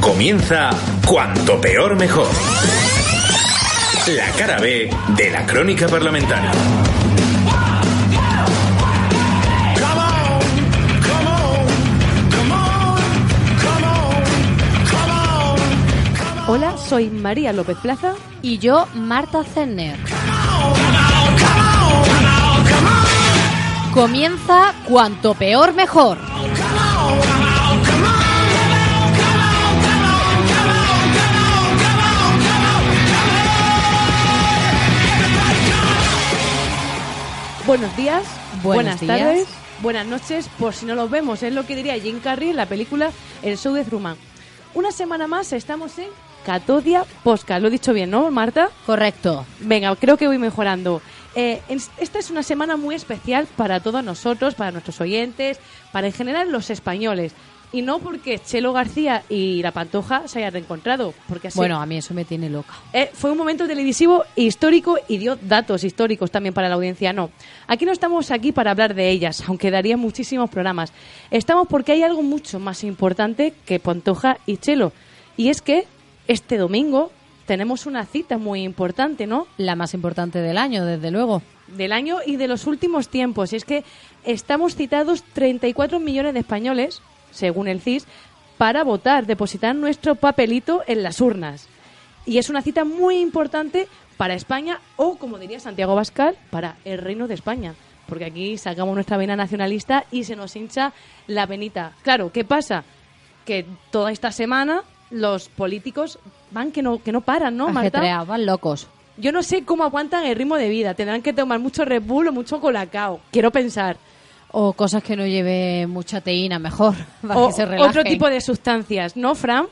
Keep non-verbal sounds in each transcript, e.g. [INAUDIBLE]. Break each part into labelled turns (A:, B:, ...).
A: Comienza Cuanto Peor Mejor. La cara B de la crónica parlamentaria.
B: Hola, soy María López Plaza.
C: Y yo, Marta Zellner. Comienza cuanto peor mejor.
B: Buenos días,
C: Buenos
B: buenas
C: días.
B: tardes, buenas noches, por si no los vemos, es lo que diría Jim Carrey en la película El show de Truman. Una semana más estamos en Catodia Posca. Lo he dicho bien, ¿no, Marta?
C: Correcto.
B: Venga, creo que voy mejorando. Eh, en- esta es una semana muy especial para todos nosotros, para nuestros oyentes, para en general los españoles. Y no porque Chelo García y La Pantoja se hayan reencontrado, porque así
C: Bueno, a mí eso me tiene loca.
B: Eh, fue un momento televisivo histórico y dio datos históricos también para la audiencia. No, aquí no estamos aquí para hablar de ellas, [LAUGHS] aunque daría muchísimos programas. Estamos porque hay algo mucho más importante que Pantoja y Chelo. Y es que este domingo tenemos una cita muy importante, ¿no?
C: La más importante del año, desde luego.
B: Del año y de los últimos tiempos. Y es que estamos citados 34 millones de españoles, según el CIS, para votar, depositar nuestro papelito en las urnas. Y es una cita muy importante para España o, como diría Santiago Bascal, para el Reino de España. Porque aquí sacamos nuestra vena nacionalista y se nos hincha la venita. Claro, ¿qué pasa? Que toda esta semana los políticos van que no, que no paran, ¿no, Marta?
C: Ajetreados, van locos.
B: Yo no sé cómo aguantan el ritmo de vida. Tendrán que tomar mucho Red Bull o mucho colacao. Quiero pensar.
C: O cosas que no lleve mucha teína, mejor. [LAUGHS] Para
B: O
C: que se relajen.
B: otro tipo de sustancias, ¿no, Fran?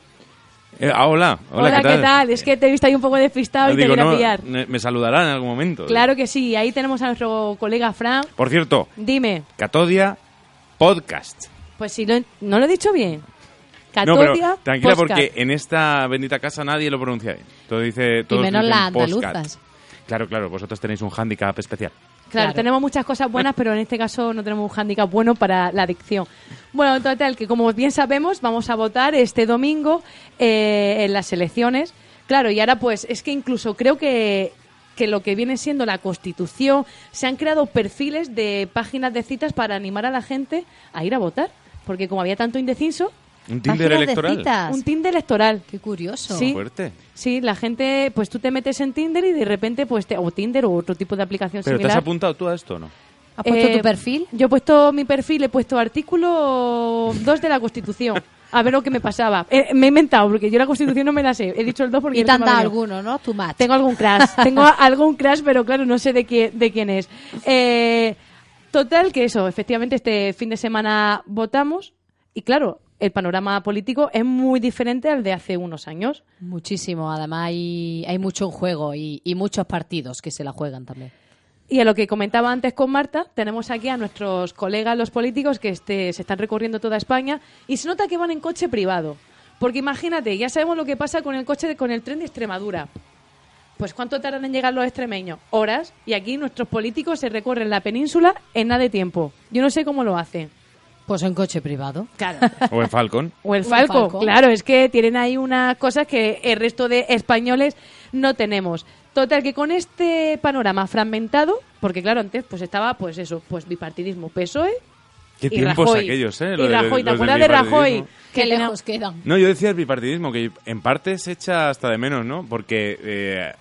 D: Eh, ah, hola, hola, Ah,
B: ¿qué, tal? Es que te he visto ahí un poco despistado y
D: Digo,
B: te quiero
D: no,
B: pillar.
D: me me saludará en algún momento. ¿eh?
B: Claro que sí. Ahí tenemos a nuestro colega Fran.
D: Por cierto,
B: Dime,
D: Catodia Podcast.
B: pues si lo he- no lo he dicho bien.
D: No,
B: Catodia,
D: pero tranquila
B: Posca.
D: porque en esta bendita casa nadie lo pronuncia bien. Todo dice, todos
C: menos
D: dicen
C: las
D: podcast.
C: andaluzas.
D: Claro, claro, vosotros tenéis un hándicap especial.
B: Claro,
C: Claro.
B: tenemos muchas cosas buenas, pero en este caso no tenemos un hándicap bueno para la adicción. Bueno, total, que como bien sabemos, vamos a votar este domingo eh, en las elecciones. Claro, y ahora pues es que incluso creo que, que lo que viene siendo la Constitución, se han creado perfiles de páginas de citas para animar a la gente a ir a votar. Porque como había tanto indeciso,
D: Un Tinder
C: Páginas de
D: electoral.
C: citas.
B: un Tinder electoral.
C: Qué curioso.
B: Sí.
D: Fuerte.
B: Sí, la gente, pues tú te metes en Tinder y de repente, pues, te- o Tinder o otro tipo de aplicación
D: Pero te
B: similar.
D: has apuntado tú a esto, o ¿no?
C: ¿Has puesto
B: Eh,
C: tu perfil?
B: Yo he puesto mi perfil, he puesto artículo 2 de la Constitución. A ver lo que me pasaba. Eh, me he inventado, porque yo la Constitución no me la sé. He dicho el 2 porque...
C: Y
B: no
C: te han
B: me ha
C: dado
B: venido.
C: alguno, ¿no? Tu match.
B: Tengo algún
C: [LAUGHS]
B: crash. Tengo a- algún crash, pero claro, no sé de quién, de quién es. Eh, total, que eso, efectivamente, este fin de semana votamos. Y claro, el panorama político es muy diferente al de hace unos años.
C: Muchísimo. Además, hay, hay mucho en juego y, y muchos partidos que se la juegan también.
B: Y a lo que comentaba antes con Marta, tenemos aquí a nuestros colegas, los políticos, que este, se están recorriendo toda España y se nota que van en coche privado. Porque imagínate, ya sabemos lo que pasa con el coche, de- con el tren de Extremadura. Pues ¿cuánto tardan en llegar los extremeños? Horas. Y aquí nuestros políticos se recorren la península en nada de tiempo. Yo no sé cómo lo hacen.
C: Pues en coche privado.
B: [LAUGHS] Claro.
D: O en Falcon.
B: O el
C: Un
B: Falco.
C: Falco.
B: Claro, es que tienen ahí unas cosas que el resto de españoles no tenemos. Total, que con este panorama fragmentado, porque claro, antes pues estaba pues eso, pues bipartidismo PSOE
D: Qué
B: y
D: tiempos
B: Rajoy.
D: aquellos, ¿eh?
B: y
D: de-
B: Rajoy, ¿te
D: los del
B: acuerdas de Rajoy?
D: bipartidismo.
C: Qué
B: tenía-
C: lejos quedan.
D: No, yo decía el bipartidismo, que en parte se echa hasta de menos, ¿no? Porque eh,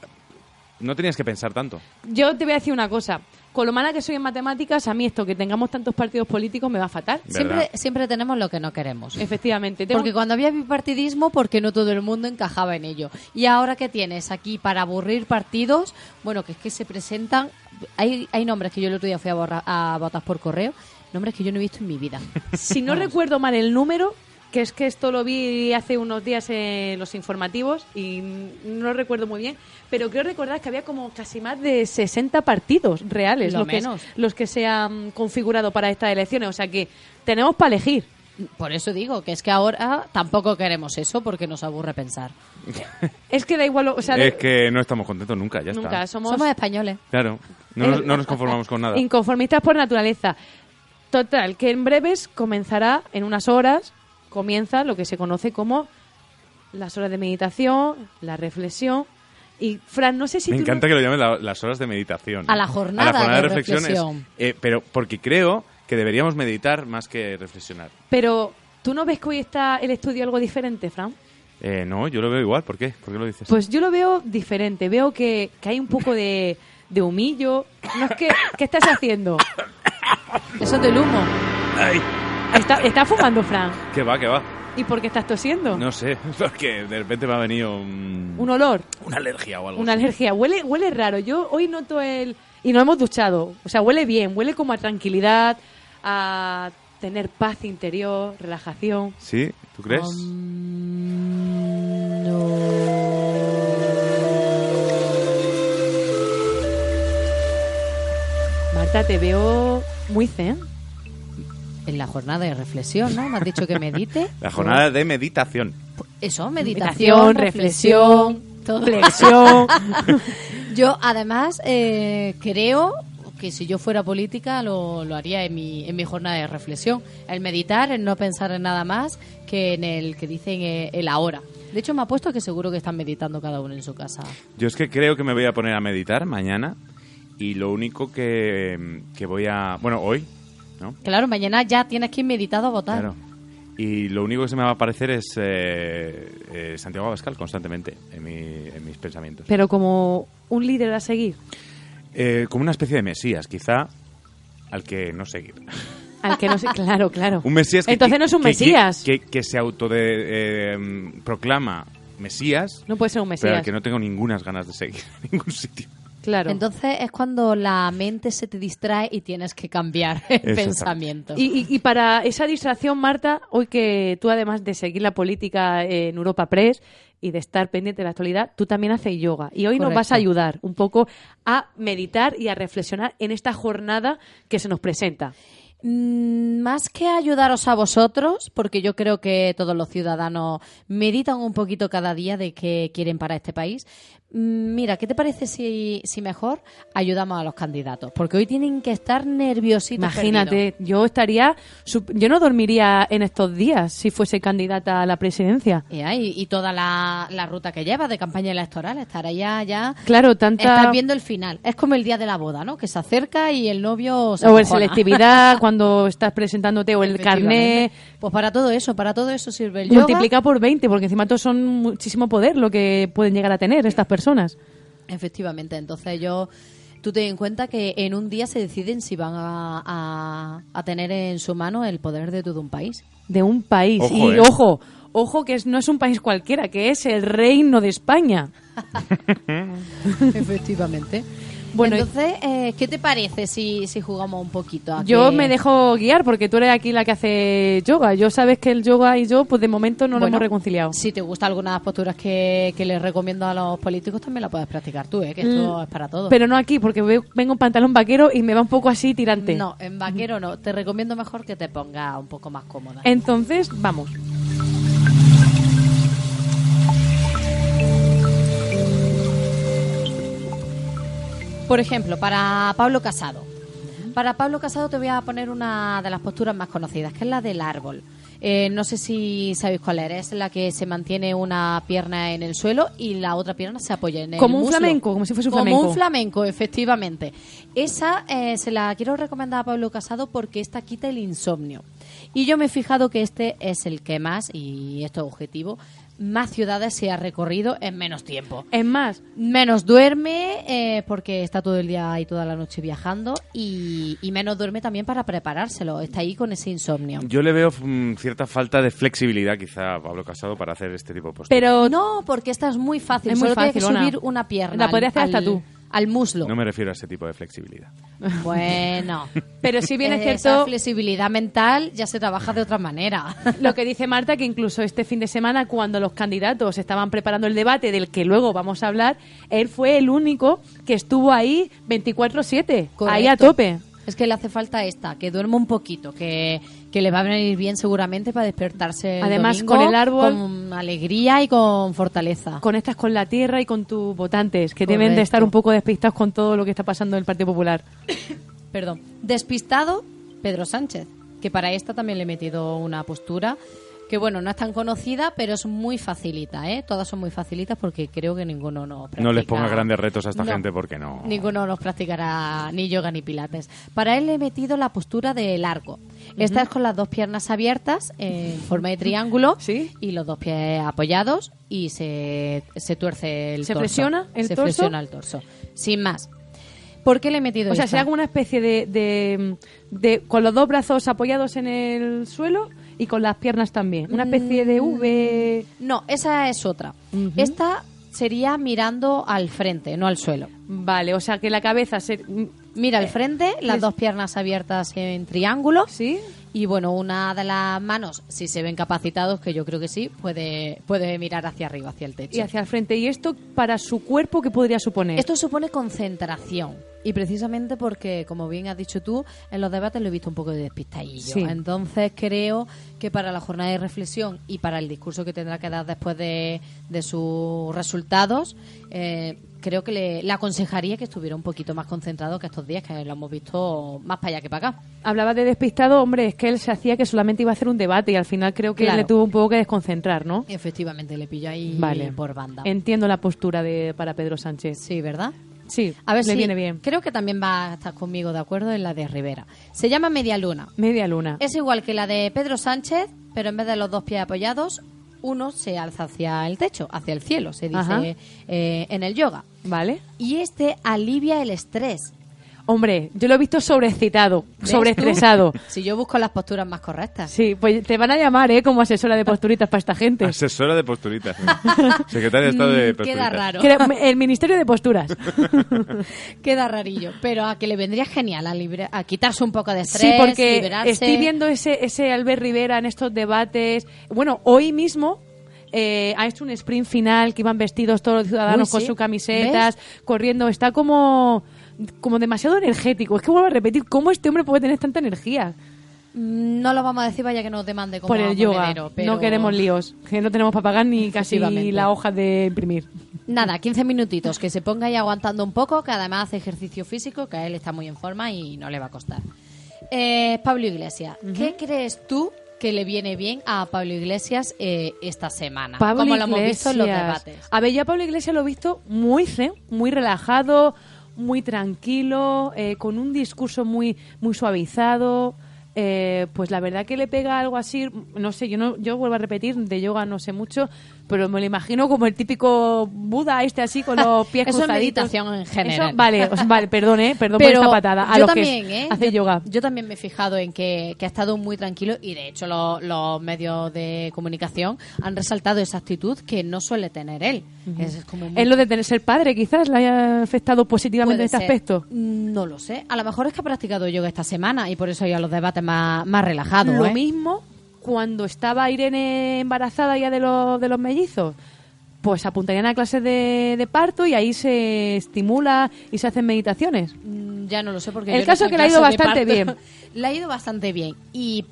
D: no tenías que pensar tanto.
B: Yo te voy a decir una cosa. Con lo mala que soy en matemáticas, a mí esto que tengamos tantos partidos políticos me va fatal.
C: Siempre,
D: ¿Verdad?
C: siempre tenemos lo que no queremos. ¿eh?
B: Efectivamente. tengo-
C: Porque cuando había bipartidismo, porque no todo el mundo encajaba en ello. Y ahora que tienes aquí para aburrir partidos, bueno, que es que se presentan. Hay, hay nombres que yo el otro día fui a, borra- a votar por correo, nombres que yo no he visto en mi vida.
D: [LAUGHS]
B: si no recuerdo mal el número, que es que esto lo vi hace unos días en los informativos y no recuerdo muy bien, pero creo recordar que había como casi más de 60 partidos reales
C: Lo
B: los,
C: menos.
B: Que, los que se han configurado para estas elecciones. O sea que tenemos para elegir.
C: Por eso digo que es que ahora tampoco queremos eso porque nos aburre pensar.
B: Es que da igual, o sea,
D: Es
B: de-
D: que no estamos contentos nunca, ya
B: nunca
D: está.
B: somos,
C: Somos españoles.
D: Claro, no,
C: [LAUGHS]
D: nos- no nos conformamos con nada.
B: inconformistas por naturaleza. Total, que en breves comenzará, en unas horas, comienza lo que se conoce como las horas de meditación, la reflexión. Y Fran, no sé si
D: Me
B: tú no-
D: encanta que lo llamen la- las horas de meditación.
C: A la jornada de
D: reflexiones.
C: reflexión.
D: Eh, pero porque creo que deberíamos meditar más que reflexionar.
B: Pero tú no ves que hoy está el estudio algo diferente, Fran.
D: Eh, no, yo lo veo igual. ¿Por qué? ¿Por qué lo dices?
B: Pues yo lo veo diferente. Veo que, que hay un poco de, de humillo. No es que, ¿Qué estás haciendo?
C: Eso del humo.
D: ¡Ay!
B: Está, está fumando, Fran.
D: Que va, que va.
B: ¿Y por qué estás tosiendo?
D: No sé, [LAUGHS] porque de repente me ha venido un-
B: Un olor.
D: una alergia o algo.
B: Una
D: así.
B: alergia. Huele, huele raro. Yo hoy noto el. Y no hemos duchado. O sea, huele bien. Huele como a tranquilidad, a tener paz interior, relajación.
D: ¿Sí? ¿Tú crees?
C: Um,
B: Marta, te veo muy zen.
C: En la jornada de reflexión, ¿no? Me has dicho que medite.
D: [LAUGHS] La jornada de meditación.
C: Eso,
B: Meditación,
C: meditación, reflexión, todo
B: Flexión.
C: Yo, además, eh, creo que si yo fuera política lo, lo haría en mi, en mi jornada de reflexión. El meditar, el no pensar en nada más que en el que dicen eh, el ahora. De hecho, me apuesto que seguro que están meditando cada uno en su casa.
D: Yo es que creo que me voy a poner a meditar mañana y lo único que, que voy a... Bueno, hoy, ¿no?
C: Claro, mañana ya tienes que ir meditado a
B: Ah.
C: votar.
D: Claro. Y lo único que se me va a aparecer es eh, eh, Santiago Abascal constantemente en, mi- en mis pensamientos.
B: Pero como un líder a seguir,
D: Eh, como una especie de Mesías, quizá, al que no seguir. [LAUGHS]
B: al que no
C: [LAUGHS]
B: sé. Claro, claro.
D: Un Mesías que...
B: Entonces no es un
D: que-
B: Mesías.
D: Que, que se autoproclama Mesías,
B: No puede ser un
D: pero
B: Mesías.
D: al que no tengo ningunas ganas de seguir [LAUGHS] en ningún sitio.
B: Claro.
C: Entonces es cuando la mente se te distrae y tienes que cambiar el
D: Exactamente.
C: pensamiento.
B: y, y- y para esa distracción, Marta, hoy que tú además de seguir la política en Europa Press y de estar pendiente de la actualidad, tú también haces yoga. Y hoy nos
C: Correcto.
B: vas a ayudar un poco a meditar y a reflexionar en esta jornada que se nos presenta.
C: Mm, Más que ayudaros a vosotros, porque yo creo que todos los ciudadanos meditan un poquito cada día de qué quieren para este país. Mm, Mira, ¿qué te parece si, si mejor ayudamos a los candidatos? Porque hoy tienen que estar nerviositos. perdidos.
B: Imagínate, yo estaría, sup- yo no dormiría en estos días si fuese candidata a la presidencia.
C: Ea, Y, Eh, y toda la, la ruta que llevas de campaña electoral, estar allá, ya.
B: Claro, tanta
C: Estás viendo el final. Es como el día de la boda, ¿no? Que se acerca y el novio se
B: o en
C: acojona. [LAUGHS]
B: selectividad cuando estás presentándote o el carnet
C: Efectivamente. Pues para todo eso, para todo eso sirve el yoga.
B: multiplica por 20 porque encima todos son muchísimo poder lo que pueden llegar a tener estas personas.
C: Efectivamente, entonces yo... Tú ten en cuenta que en un día se deciden si van a, a- a tener en su mano el poder de todo un país. [LAUGHS]
B: de un país.
D: Ojo,
B: y
D: ¿eh?
B: ojo, ojo que es- no es un país cualquiera, que es el Reino de España.
C: Efectivamente.
B: Bueno,
C: Bueno, entonces, eh, ¿qué te parece si, si jugamos un poquito? a
B: Yo
C: que-
B: me dejo guiar porque tú eres aquí la que hace yoga. Yo sabes que el yoga y yo, pues de momento no lo
C: Bueno,
B: hemos reconciliado.
C: Si te gustan algunas posturas que, que les recomiendo a los políticos, también la puedes practicar tú, ¿eh? que esto
B: Mm,
C: es para todos.
B: Pero no aquí, porque veo- vengo en pantalón vaquero y me va un poco así tirante.
C: no, en vaquero no. Te recomiendo mejor que te pongas un poco más cómoda.
B: Entonces, vamos.
C: Por ejemplo, para Pablo Casado. Para Pablo Casado te voy a poner una de las posturas más conocidas, que es la del árbol. Eh, no sé si sabéis cuál es, es la que se mantiene una pierna en el suelo y la otra pierna se apoya en el
B: Como un
C: muslo.
B: flamenco, como si fuese un flamenco.
C: Como un flamenco, efectivamente. Esa eh, se la quiero recomendar a Pablo Casado porque esta quita el insomnio. Y yo me he fijado que este es el que más, y esto es objetivo, más ciudades se ha recorrido en menos tiempo.
B: Es más,
C: Menos duerme eh, porque está todo el día y toda la noche viajando y, y menos duerme también para preparárselo. Está ahí con ese insomnio.
D: Yo le veo mm, cierta falta de flexibilidad quizá a Pablo Casado para hacer este tipo de posturas.
B: pero
C: No, porque esta es muy fácil.
B: Es muy
C: Solo tienes
B: fácil, Ona.
C: que subir una pierna.
B: La
C: al-
B: podrías hacer
C: al-
B: hasta tú.
C: al muslo.
D: No me refiero a ese tipo de flexibilidad.
C: [LAUGHS] Bueno.
B: Pero si bien es
C: Desde
B: cierto
C: Eh, Esa flexibilidad mental ya se trabaja de otra manera. [LAUGHS]
B: lo que dice Marta, que incluso este fin de semana, cuando los candidatos estaban preparando el debate del que luego vamos a hablar, él fue el único que estuvo ahí 24-7, ahí a
C: Correcto.
B: tope.
C: Es que le hace falta esta, que duerma un poquito, que, que le va a venir bien seguramente para despertarse. el
B: Además,
C: domingo
B: con el árbol-
C: Con alegría y con fortaleza.
B: Conectas con la tierra y con tus votantes, que deben de
C: Correcto.
B: estar un poco despistados con todo lo que está pasando en el Partido Popular.
C: Perdón. Despistado, Pedro Sánchez, que para esta también le he metido una postura que, bueno, no es tan conocida, pero es muy facilita, ¿eh? Todas son muy facilitas porque creo que ninguno nos
D: No
C: practica-
D: les ponga grandes retos a esta
C: No.
D: gente porque no.
C: Ninguno nos practicará ni yoga ni pilates. Para él le he metido la postura de largo. Esta es con las dos piernas abiertas en forma de triángulo
B: [LAUGHS] Sí.
C: y los dos pies apoyados y se, se tuerce el
B: ¿Se
C: torso.
B: flexiona el
C: se
B: torso?
C: flexiona el torso. Sin más. ¿Por qué le he metido
B: O sea,
C: esta?
B: será como una especie de, de- de- con los dos brazos apoyados en el suelo y con las piernas también. Una especie de V.
C: No, esa es otra.
B: Ujú.
C: Esta sería mirando al frente, no al suelo.
B: Vale, o sea, que la cabeza se...
C: Mira al frente, las
B: Eh, es-
C: dos piernas abiertas en triángulo.
B: ¿Sí?
C: Y bueno, una de las manos, si se ven capacitados, que yo creo que sí, puede, puede mirar hacia arriba, hacia el techo.
B: Y hacia el frente. ¿Y esto para su cuerpo qué podría suponer?
C: Esto supone concentración. Y precisamente porque, como bien has dicho tú, en los debates lo he visto un poco de despistadillo.
B: Sí.
C: Entonces creo que para la jornada de reflexión y para el discurso que tendrá que dar después de, de sus resultados, eh, creo que le, le aconsejaría que estuviera un poquito más concentrado que estos días, que lo hemos visto más para allá que para acá.
B: Hablaba de despistado, hombre, es que él se hacía que solamente iba a hacer un debate y al final creo que
C: Claro.
B: le tuvo un poco que desconcentrar, ¿no?
C: Efectivamente, le pillo ahí
B: Vale.
C: por banda.
B: Entiendo la postura de para Pedro Sánchez.
C: Sí, ¿verdad?
B: Sí,
C: A ver
B: le
C: si
B: viene bien.
C: creo que también va a estar conmigo de acuerdo en la de Rivera. Se llama Media Luna.
B: Media luna.
C: Es igual que la de Pedro Sánchez, pero en vez de los dos pies apoyados, uno se alza hacia el techo, hacia el cielo, se
B: Ajá.
C: dice eh, en el yoga.
B: ¿Vale?
C: Y este alivia el estrés.
B: Hombre, yo lo he visto sobreexcitado,
C: ¿Ves
B: sobreestresado.
C: tú? [LAUGHS] Si yo busco las posturas más correctas.
B: Sí, pues te van a llamar, ¿eh? Como asesora de posturitas para esta gente.
D: [LAUGHS] Asesora de
B: [LAUGHS]
D: posturitas. ¿eh? Secretaria de Estado de
C: Mm, queda
D: Posturitas.
C: raro,
B: Que era El Ministerio de Posturas.
C: queda rarillo. Pero a que le vendría genial a, libre- a quitarse un poco de
B: Sí,
C: estrés,
B: porque
C: liberarse.
B: estoy viendo ese, ese Albert Rivera en estos debates. Bueno, hoy mismo eh, ha hecho un sprint final que iban vestidos todos los ciudadanos
C: Uy,
B: con
C: sí.
B: sus camisetas, corriendo. Está como, como demasiado energético. Es que vuelvo a repetir, ¿cómo este hombre puede tener tanta energía?
C: Mm, No lo vamos a decir, vaya que nos demande como
B: Por el yoga.
C: monedero, pero-
B: No queremos líos, que no tenemos para pagar ni casi
C: Efectivamente.
B: la hoja de imprimir.
C: Nada, 15 minutitos, que se ponga ahí aguantando un poco, que además hace ejercicio físico, que a él está muy en forma y no le va a costar. Eh, Pablo Iglesias, ¿qué crees tú que le viene bien a Pablo Iglesias eh, esta semana?
B: Pablo
C: Como lo hemos visto en los
B: Iglesias.
C: debates.
B: A ver, ya Pablo Iglesias lo he visto muy zen, muy relajado, muy tranquilo, eh, con un discurso muy, muy suavizado. Eh, pues la verdad que le pega algo así, no sé, yo no, yo vuelvo a repetir, de yoga no sé mucho, pero me lo imagino como el típico Buda este así con
C: [LAUGHS]
B: los pies
C: Eso es
B: cruzaditos.
C: meditación en general.
B: Eso- vale, os- vale, perdón, eh, perdón
C: Pero
B: por esta patada. A
C: yo
B: los
C: también,
B: que
C: ¿eh?
B: hace
C: yo,
B: yoga.
C: yo también me he fijado en que, que ha estado muy tranquilo y de hecho lo- los medios de comunicación han resaltado esa actitud que no suele tener él. Es como muy
B: Es lo de tener- ser padre, quizás le haya afectado positivamente en
C: Puede
B: este
C: ser. Mm,
B: aspecto.
C: No lo sé. A lo mejor es que ha practicado yoga esta semana y por eso ya los debates más, más relajados.
B: Lo
C: ¿eh?
B: mismo cuando estaba Irene embarazada ya de los, de los mellizos. Pues apuntarían a clases de, de parto y ahí se estimula y se hacen meditaciones.
C: Mm, Ya no lo sé porque.
B: El
C: yo he
B: caso
C: visto
B: es que le ha ido
C: clases de
B: bastante
C: parto.
B: bien.
C: [LAUGHS] le ha ido bastante bien. Y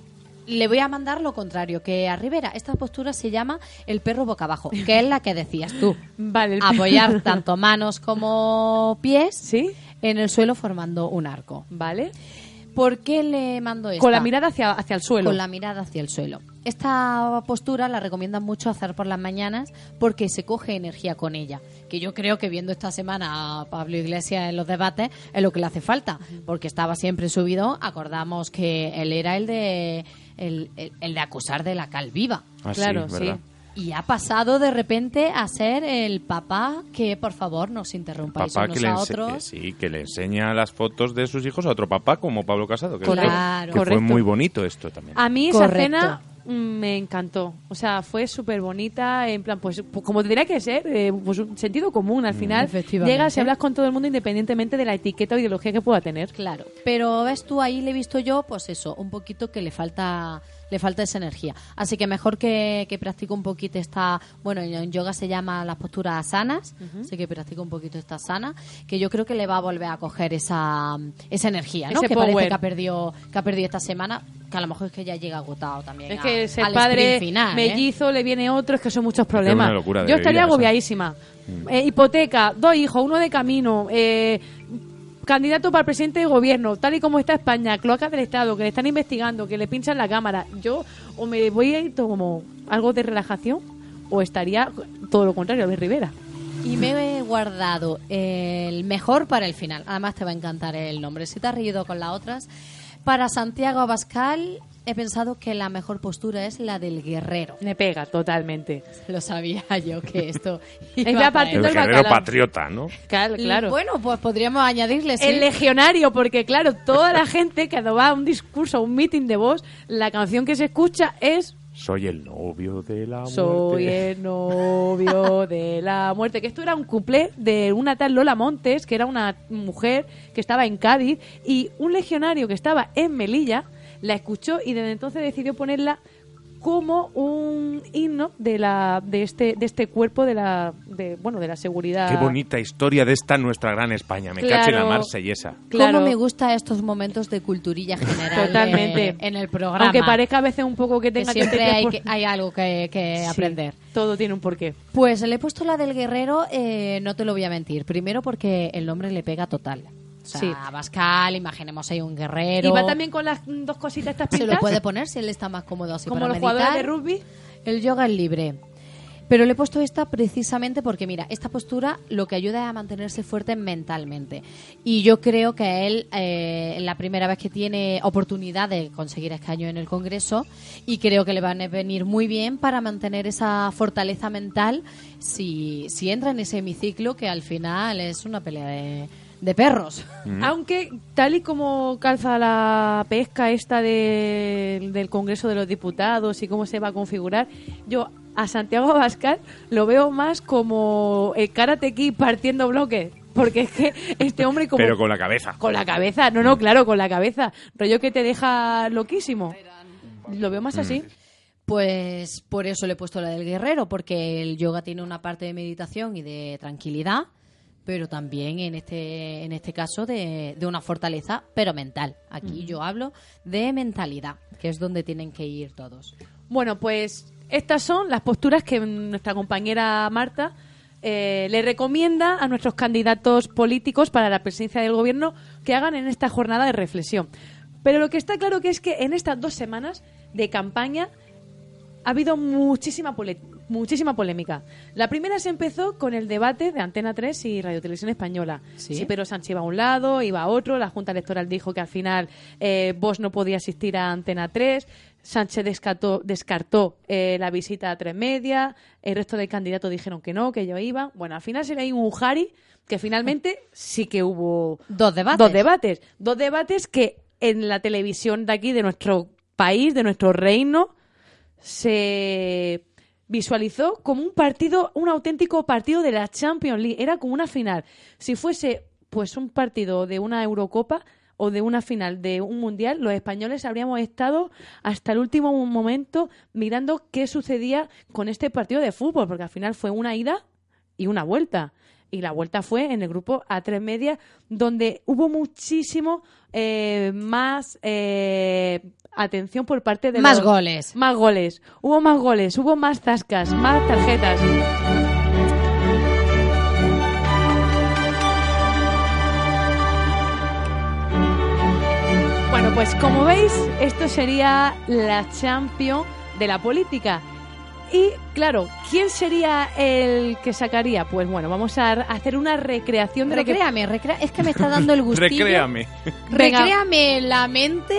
C: le voy a mandar lo contrario, que a Rivera esta postura se llama el perro boca abajo, que es la que decías tú.
B: [LAUGHS] Vale, el-
C: Apoyar tanto manos como pies
B: ¿Sí?
C: en el suelo formando un arco.
B: ¿Vale?
C: ¿Por qué le mando esto?
B: Con la mirada hacia, hacia el suelo.
C: Pues Con la mirada hacia el suelo. Esta postura la recomiendan mucho hacer por las mañanas porque se coge energía con ella. Que yo creo que viendo esta semana a Pablo Iglesias en los debates es lo que le hace falta. Porque estaba siempre subido. Acordamos que él era el de, el, el- el de acusar de la cal viva.
D: Ah, sí,
B: Claro,
D: ¿verdad?
B: sí.
C: Y ha pasado de repente a ser el papá que, por favor, nos interrumpáis
D: Papá
C: unos
D: que le,
C: a
D: ense-
C: otros.
D: eh, sí, que le enseña las fotos de sus hijos a otro papá como Pablo Casado. Que,
C: Correcto.
D: que fue
B: Correcto.
C: Ah,
D: muy bonito esto también.
B: A mí esa
C: Correcto.
B: cena mm, me encantó. O sea, fue súper bonita, en plan, pues, pues como tendría que ser, eh, pues un sentido común al final.
C: Mm. Efectivamente.
B: Llegas y hablas con todo el mundo independientemente de la etiqueta o ideología que pueda tener.
C: Claro, pero ves tú ahí le he visto yo, pues eso, un poquito que le falta le falta esa energía. Así que mejor que, que practique un poquito esta, bueno, en yoga se llama las posturas sanas, así que practique un poquito esta sana, que yo creo que le va a volver a coger esa, esa energía, ¿no?
B: Ese
C: que
B: power.
C: parece que ha perdido que ha perdido esta semana, que a lo mejor es que ya llega agotado también.
B: Es
C: a-
B: que ese
C: al
B: padre
C: sprint final, ¿eh?
B: mellizo le viene otro, es que son muchos
D: que es
B: problemas.
D: una locura de
B: Yo estaría
D: vida, o sea.
B: agobiadísima. Eh, hipoteca, dos hijos, uno de camino, eh, candidato para presidente de gobierno, tal y como está España, cloacas del Estado, que le están investigando, que le pinchan la cámara. Yo o me voy a ir como algo de relajación o estaría todo lo contrario, Luis Rivera.
C: Y me he guardado el mejor para el final. Además te va a encantar el nombre. Si te has reído con las otras. Para Santiago Abascal he pensado que la mejor postura es la del guerrero. [LAUGHS]
B: Me pega totalmente.
C: Lo sabía yo
B: [LAUGHS]
C: que esto
B: Es
C: iba
B: la
C: a caer.
B: partida
A: El
B: del
A: guerrero
B: bacalao.
A: patriota, ¿no?
B: Claro, claro.
C: Bueno, pues podríamos añadirle sí.
B: El legionario, porque claro, toda la gente que va a un discurso, a un meeting de voz, la canción que se escucha es
A: Soy el novio de la muerte.
B: Soy el novio de la muerte. Que esto era un cuplé de una tal Lola Montes, que era una mujer que estaba en Cádiz, y un legionario que estaba en Melilla la escuchó y desde entonces decidió ponerla como un himno de la de este de este cuerpo de la de bueno de la seguridad
D: Qué bonita historia de esta nuestra gran España. Me cacho en la
B: Claro.
D: marsellesa.
B: Claro.
C: ¿Cómo me gusta estos momentos de culturilla general
B: Totalmente.
C: eh, en el programa?
B: aunque parezca a veces un poco que
C: que
B: tenga
C: siempre hay,
B: por-
C: que- hay algo que, que
B: Sí,
C: aprender.
B: todo tiene un porqué
C: Pues le he puesto la del guerrero, eh, no te lo voy a mentir. Primero porque el nombre le pega total. O sea,
B: Sí.
C: Pascal, imaginemos ahí un guerrero.
B: y va también con las dos cositas estas
C: Se
B: pintas
C: lo puede poner si él está más cómodo así
B: como
C: para
B: los jugadores de
C: meditar.
B: rugby
C: El yoga es libre. Pero le he puesto esta precisamente porque, mira, esta postura lo que ayuda es a mantenerse fuerte mentalmente. Y yo creo que él, eh, la primera vez que tiene oportunidad de conseguir escaño en el Congreso, y creo que le van a venir muy bien para mantener esa fortaleza mental si, si entra en ese hemiciclo que al final es una pelea de, de perros. [LAUGHS]
B: Aunque tal y como calza la pesca esta de- del Congreso de los Diputados y cómo se va a configurar, yo a Santiago [LAUGHS] Abascal lo veo más como el Karate Kid partiendo bloques. Porque es que este hombre como...
D: Pero con Mm. la cabeza.
B: Con la cabeza, no, no, claro, con la cabeza. Rollo que te deja loquísimo. Lo veo más así.
C: Pues por eso le he puesto la del guerrero, porque el yoga tiene una parte de meditación y de tranquilidad, pero también en este, en este caso de, de una fortaleza, pero mental. Aquí yo hablo de mentalidad, que es donde tienen que ir todos.
B: Bueno, pues estas son las posturas que nuestra compañera Marta eh, le recomienda a nuestros candidatos políticos para la presidencia del gobierno que hagan en esta jornada de reflexión. Pero lo que está claro que es que en estas dos semanas de campaña ha habido muchísima, pole- muchísima polémica. La primera se empezó con el debate de Antena 3 y Radio Televisión Española.
C: Sí.
B: Si Pedro Sánchez iba a un lado, iba a otro. La Junta Electoral dijo que al final eh, Vox no podía asistir a Antena 3. Sánchez descartó, descartó eh, la visita a Tres Media. El resto de candidatos dijeron que no, que ellos iban. Bueno, al final sería ahí un jari que finalmente sí que hubo
C: Dos debates.
B: Dos debates. Dos debates que en la televisión de aquí, de nuestro país, de nuestro reino, se visualizó como un partido, un auténtico partido de la Champions League. Era como una final. Si fuese, pues, un partido de una Eurocopa o de una final de un mundial, los españoles habríamos estado hasta el último momento mirando qué sucedía con este partido de fútbol, porque al final fue una ida y una vuelta. Y la vuelta fue en el grupo A3 Media, donde hubo muchísimo eh, más eh, atención por parte de
C: Más
B: los-
C: goles.
B: Más goles. Hubo más goles, hubo más zascas, más tarjetas. Bueno, pues como veis, esto sería la champion de la política. Y claro, ¿quién sería el que sacaría? Pues bueno, vamos a hacer una recreación de lo que-
C: Recréame, recrea- es que me está dando el gustillo.
D: Recréame.
B: Venga.
C: Recréame la mente.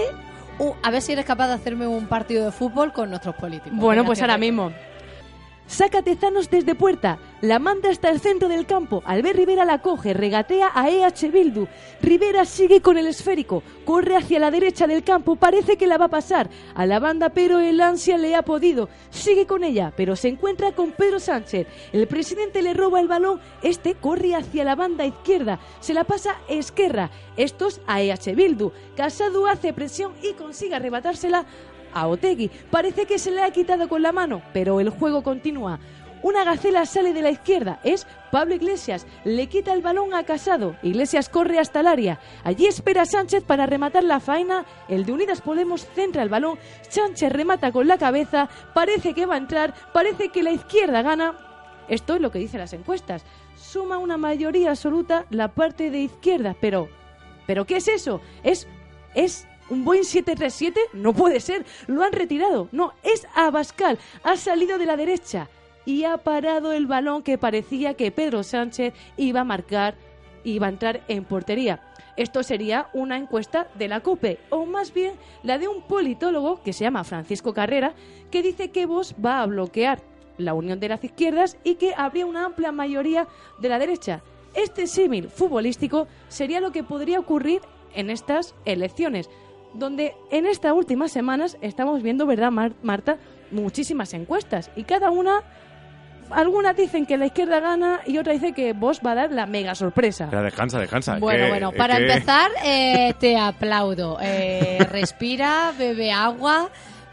C: Uh, a ver si eres capaz de hacerme un partido de fútbol con nuestros políticos.
B: Bueno,
C: Venga,
B: pues
C: que
B: ahora
C: recré-
B: mismo. Sácate Thanos desde puerta. La manda hasta el centro del campo. Albert Rivera la coge, regatea a EH Bildu. Rivera sigue con el esférico. Corre hacia la derecha del campo. Parece que la va a pasar a la banda, pero el ansia le ha podido. Sigue con ella, pero se encuentra con Pedro Sánchez. El presidente le roba el balón. Este corre hacia la banda izquierda. Se la pasa a Esquerra. Estos a EH Bildu. Casado hace presión y consigue arrebatársela a Otegui. Parece que se le ha quitado con la mano, pero el juego continúa. Una gacela sale de la izquierda, es Pablo Iglesias, le quita el balón a Casado, Iglesias corre hasta el área, allí espera Sánchez para rematar la faena, el de Unidas Podemos centra el balón, Sánchez remata con la cabeza, parece que va a entrar, parece que la izquierda gana, esto es lo que dicen las encuestas, suma una mayoría absoluta la parte de izquierda, pero... ¿Pero qué es eso? Es... es ¿Un Boeing 737? No puede ser. Lo han retirado. No, es Abascal. Ha salido de la derecha y ha parado el balón que parecía que Pedro Sánchez iba a marcar, iba a entrar en portería. Esto sería una encuesta de la COPE, o más bien la de un politólogo que se llama Francisco Carrera, que dice que Vox va a bloquear la unión de las izquierdas y que habría una amplia mayoría de la derecha. Este símil futbolístico sería lo que podría ocurrir en estas elecciones donde en estas últimas semanas estamos viendo, ¿verdad, Mar- Marta? Muchísimas encuestas y cada una, algunas dicen que la izquierda gana y otra dice que vos va a dar la mega sorpresa.
D: Pero descansa, descansa.
C: Bueno,
D: que-
C: bueno,
D: es
C: para
D: que-
C: empezar, eh, te aplaudo. Eh, respira, bebe agua,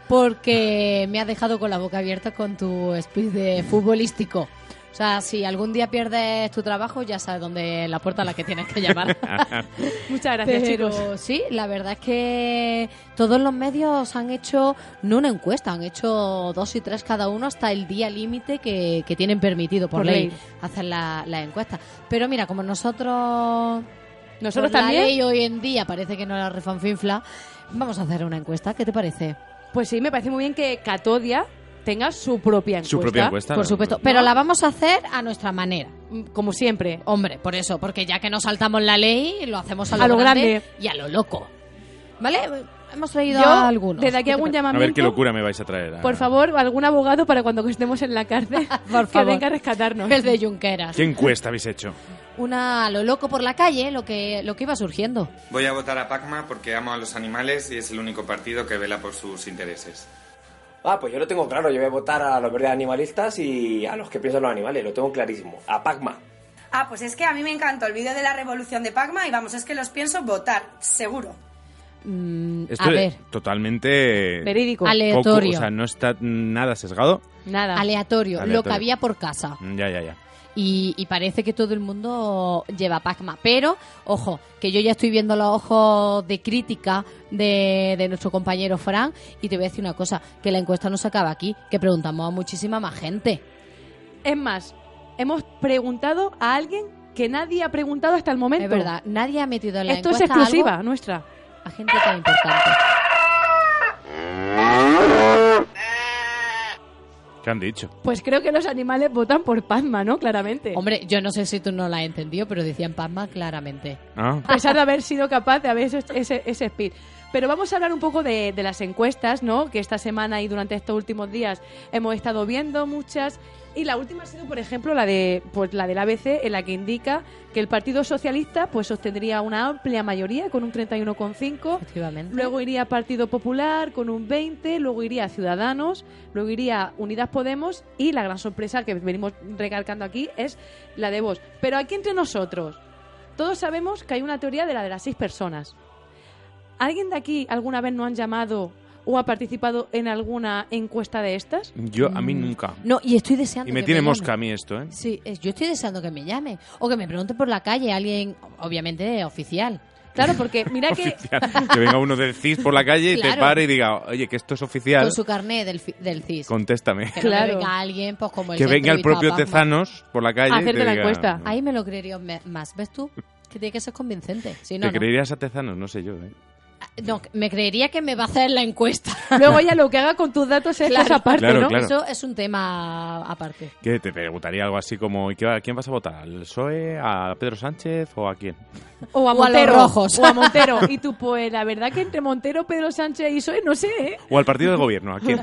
C: porque me has dejado con la boca abierta con tu speech de futbolístico. O sea, si algún día pierdes tu trabajo, ya sabes dónde la puerta a la que tienes que llamar.
B: Muchas gracias,
C: Pero
B: chicos.
C: sí, la verdad es que todos los medios han hecho, no una encuesta, han hecho dos y tres cada uno hasta el día límite que, que tienen permitido por,
B: Por
C: ley,
B: ley.
C: hacer la, la encuesta. Pero mira, como nosotros...
B: Nosotros
C: por
B: también.
C: La ley hoy en día parece que no la refanfinfla. Vamos a hacer una encuesta, ¿qué te parece?
B: Pues sí, me parece muy bien que Catodia tenga su propia encuesta.
D: Su propia encuesta.
C: Por
D: ¿no?
C: supuesto, pero la vamos a hacer a nuestra manera.
B: Mm, Como siempre.
C: Hombre, por eso, porque ya que no saltamos la ley, lo hacemos a lo,
B: A lo grande.
C: y a lo loco.
B: [LAUGHS]
C: ¿Vale? Hemos traído
B: Yo,
C: a algunos.
B: desde aquí
C: ¿Qué te
B: hago un
C: parece?
D: A
B: llamamiento.
D: ver qué locura me vais a traer. ah.
B: Por favor, algún abogado para cuando estemos en la cárcel
C: [LAUGHS] Por
B: que
C: favor.
B: venga a rescatarnos.
C: El de Junqueras.
D: ¿Qué encuesta habéis hecho?
C: Una a lo loco por la calle, lo que, lo que iba surgiendo.
E: Voy a votar a Pacma porque amo a los animales y es el único partido que vela por sus intereses.
F: Ah, pues yo lo tengo claro, yo voy a votar a los verdes animalistas y a los que piensan los animales, lo tengo clarísimo. A Pacma.
G: Ah, pues es que a mí me encantó el vídeo de la revolución de Pacma y vamos, es que los pienso votar, seguro.
C: Mm,
D: Esto
C: a
D: es
C: ver,
D: totalmente...
B: Verídico.
C: Ale-
D: poco-
C: Aleatorio.
D: o sea, no está nada sesgado.
B: Nada.
C: aleatorio, lo que
D: Aleatorio.
C: había por casa.
D: Mm, Ya, ya, ya.
C: Y, y parece que todo el mundo lleva Pacma. Pero, ojo, que yo ya estoy viendo los ojos de crítica de, de nuestro compañero Fran. Y te voy a decir una cosa: que la encuesta no se acaba aquí, que preguntamos a muchísima más gente.
B: Es más, hemos preguntado a alguien que nadie ha preguntado hasta el momento.
C: Es verdad, nadie ha metido en la
B: Esto es
C: encuesta
B: exclusiva
C: algo
B: nuestra.
C: a gente tan [LAUGHS] importante.
D: ¿Qué han dicho?
B: Pues creo que los animales votan por Pazma, ¿no? Claramente.
C: Hombre, yo no sé si tú no la has entendido, pero decían Pacma claramente.
D: Ah,
B: [LAUGHS] A pesar de haber sido capaz de haber hecho ese, ese speed. Pero vamos a hablar un poco de, de las encuestas, ¿no? Que esta semana y durante estos últimos días hemos estado viendo muchas. Y la última ha sido, por ejemplo, la de pues la del ABC, en la que indica que el Partido Socialista pues obtendría una amplia mayoría con un 31,5.
C: Efectivamente.
B: Luego iría Partido Popular con un 20, luego iría Ciudadanos, luego iría Unidas Podemos y la gran sorpresa que venimos recalcando aquí es la de Vox. Pero aquí entre nosotros, todos sabemos que hay una teoría de la de las seis personas. ¿Alguien de aquí alguna vez no han llamado o ha participado en alguna encuesta de estas?
D: yo a mí nunca.
C: No, y estoy deseando.
D: Y
C: Mm,
D: me
C: que
D: tiene
C: llamen.
D: mosca a mí esto, ¿eh? [LAUGHS]
C: Sí, es- yo estoy deseando que me llame. O que me pregunte por la calle, alguien, obviamente, oficial.
B: Claro, porque mira
D: [LAUGHS]
B: que
D: Oficial. Que venga uno del CIS por la calle y te
C: Claro.
D: pare y diga, oye, que esto es oficial,
C: Con su carnet del, fi- del CIS.
D: [LAUGHS] contéstame. [LAUGHS]
C: Que no me
B: Claro.
C: venga alguien, pues como el
D: Que
C: ha
D: venga el
C: entrevistado
D: propio
C: a Batman.
D: Tezanos por la calle
B: A
D: y te
B: hacerte la
D: diga-
B: encuesta.
C: Ahí me lo creería me- más, ¿ves tú? Que tiene que ser convincente. Si no,
D: ¿Te
C: no. ah,
D: creerías a Tezanos? No sé yo, ¿eh?
C: No, me creería que me va a hacer la encuesta. [LAUGHS]
B: luego ya lo que haga con tus datos es
C: Claro.
B: cosa aparte,
D: Claro,
B: ¿no?
D: claro.
C: Eso es un tema aparte.
D: Que te preguntaría algo así como, ¿y qué- ¿a quién vas a votar? ¿Al PSOE? E, ¿A Pedro Sáncez? ¿O a quién?
B: O a
C: O a los
B: Montero.
C: rojos.
B: o a Montero. [LAUGHS] Y tú, pues la verdad que entre Montero, Pedro Sánchez y Soy, no sé, ¿eh?
C: [LAUGHS]
D: ¿O al partido de gobierno? ¿A quién?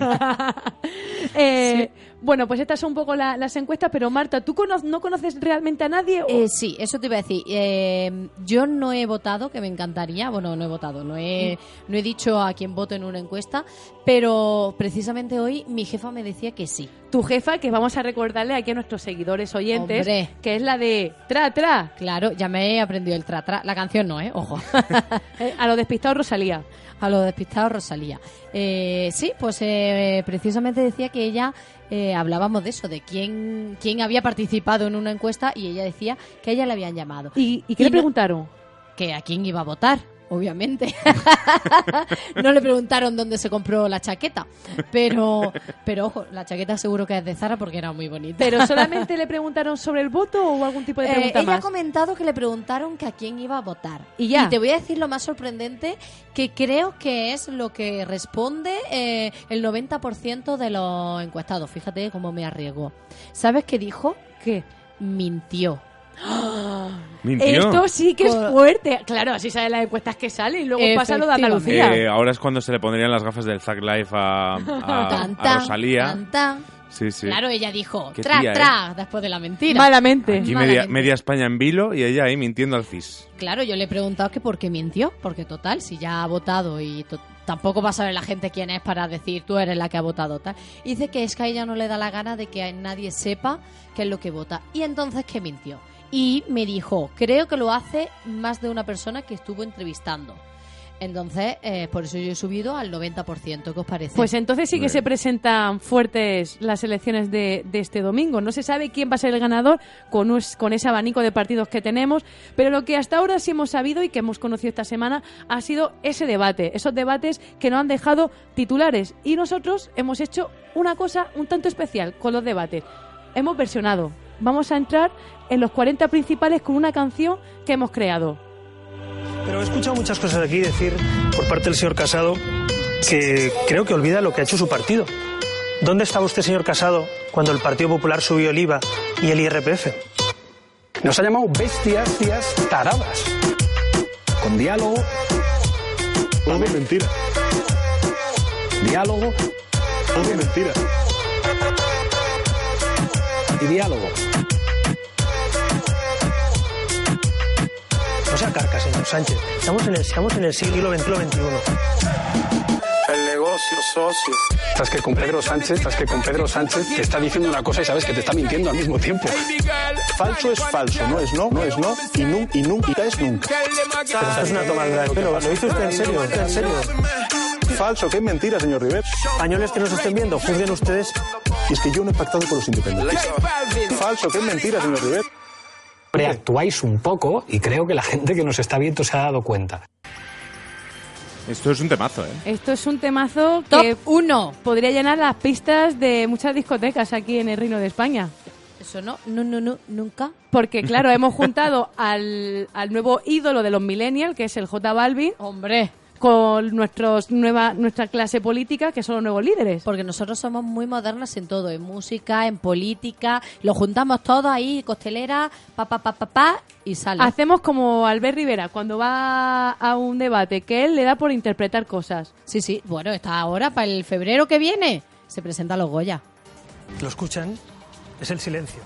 B: Eh, Bueno, pues estas son un poco la- las encuestas, pero Marta, ¿tú cono- no conoces realmente a nadie? o-
C: Eh, sí, eso te iba a decir. Eh, yo no he votado, que me encantaría. Bueno, no he votado, no he, no he dicho a quién voto en una encuesta, pero precisamente hoy mi jefa me decía que sí.
B: tu jefa, que vamos a recordarle aquí a nuestros seguidores oyentes,
C: Hombre.
B: que es la de tra, tra,
C: Claro, ya me he aprendido el tra-tra. La canción no, ¿eh? Ojo. [LAUGHS]
B: eh, a lo despistado Rosalía.
C: A los despistados, Rosalía. Eh, sí, pues eh, precisamente decía que ella eh, hablábamos de eso, de quién, quién había participado en una encuesta y ella decía que a ella le habían llamado.
B: ¿Y, y qué le
C: no-
B: preguntaron?
C: Que a quién iba a votar,
B: [LAUGHS]
C: obviamente. no le preguntaron dónde se compró la chaqueta, pero, pero ojo, la chaqueta seguro que es de Zara porque era muy bonita.
B: ¿Pero
C: [LAUGHS]
B: solamente le preguntaron sobre el voto o algún tipo de
C: Eh,
B: pregunta
C: ella ha
B: más?
C: comentado que le preguntaron que a quién iba a votar.
B: Y ya.
C: te voy a decir lo más sorprendente, que creo que es lo que responde eh, el 90% de los encuestados. Fíjate cómo me arriesgo. ¿Sabes qué dijo?
B: ¿Qué?
C: Mintió.
D: Mintió.
B: Esto sí que es
C: Por-
B: fuerte. Claro, así salen las encuestas que salen y luego pasa lo de
C: Efectivamente.
B: Andalucía.
D: Eh, ahora es cuando se le pondrían las gafas del Zack Life a, a-
C: [LAUGHS] Tan,
D: Ah, a
C: tan,
D: Rosalía.
C: tan, tan.
D: Sí, sí.
C: Claro, ella dijo,
D: Qué
C: tra,
D: tía, ¿eh?
C: tra, después de la mentira.
B: Malamente.
D: Aquí media,
C: Malamente.
D: media España en vilo y ella ahí mintiendo al CIS.
C: Claro, yo le he preguntado que por qué mintió, porque total, si ya ha votado y to- tampoco va a saber la gente quién es para decir tú eres la que ha votado tal. Y dice que es que a ella no le da la gana de que a nadie sepa qué es lo que vota. Y entonces que mintió. Y me dijo, creo que lo hace más de una persona que estuvo entrevistando. Entonces, eh, por eso yo he subido al 90%, ¿qué os parece?
B: Pues entonces sí que se presentan fuertes las elecciones de, de este domingo. No se sabe quién va a ser el ganador con, us- con ese abanico de partidos que tenemos, pero lo que hasta ahora sí hemos sabido y que hemos conocido esta semana ha sido ese debate, esos debates que nos han dejado titulares. Y nosotros hemos hecho una cosa un tanto especial con los debates. Hemos versionado. Vamos a entrar en los 40 principales con una canción que hemos creado.
H: Pero he escuchado muchas cosas aquí decir por parte del señor Casado que creo que olvida lo que ha hecho su partido. ¿Dónde estaba usted, señor Casado, cuando el Partido Popular subió el IVA y el IRPF?
I: Nos ha llamado bestias, tías, taradas. Con diálogo. Todo mentira. Diálogo. Todo mentira. Y diálogo.
H: No sea carca, señor Sánchez. Estamos en el, estamos en el siglo XX, XXI.
I: El negocio, socio. Estás que con Pedro Sánchez, estás que con Pedro Sánchez te está diciendo una cosa y sabes que te está mintiendo al mismo tiempo. Falso es falso, no es no, no es no, y, nun- y nunca es nunca.
H: Pero esto es una toma de pelo. ¿Lo dice usted en serio? ¿Usted en serio?
I: Falso, qué mentira, señor Rivera.
H: Españoles que nos estén viendo, juzguen ustedes.
I: Y es que yo no he pactado con los independentistas. Falso, qué mentira, señor Rivera.
J: Preactuáis un poco y creo que la gente que nos está viendo se ha dado cuenta.
D: Esto es un temazo, ¿eh?
B: Esto es un temazo
C: Top
B: que
C: 1.
B: podría llenar las pistas de muchas discotecas aquí en el Reino de España.
C: Eso no, no, no, no, nunca.
B: Porque, claro, hemos juntado al, al nuevo ídolo de los millennials, que es el J Balvin,
C: Hombre,
B: con nuestros nueva, nuestra clase política, que son los nuevos líderes.
C: Porque nosotros somos muy modernas en todo, en música, en política, lo juntamos todo ahí, costelera, pa pa pa pa pa y sale.
B: Hacemos como Albert Rivera, cuando va a un debate, que él le da por interpretar cosas.
C: Sí, sí, bueno, está ahora para el febrero que viene. Se presenta los Goya.
H: Lo escuchan, es el silencio.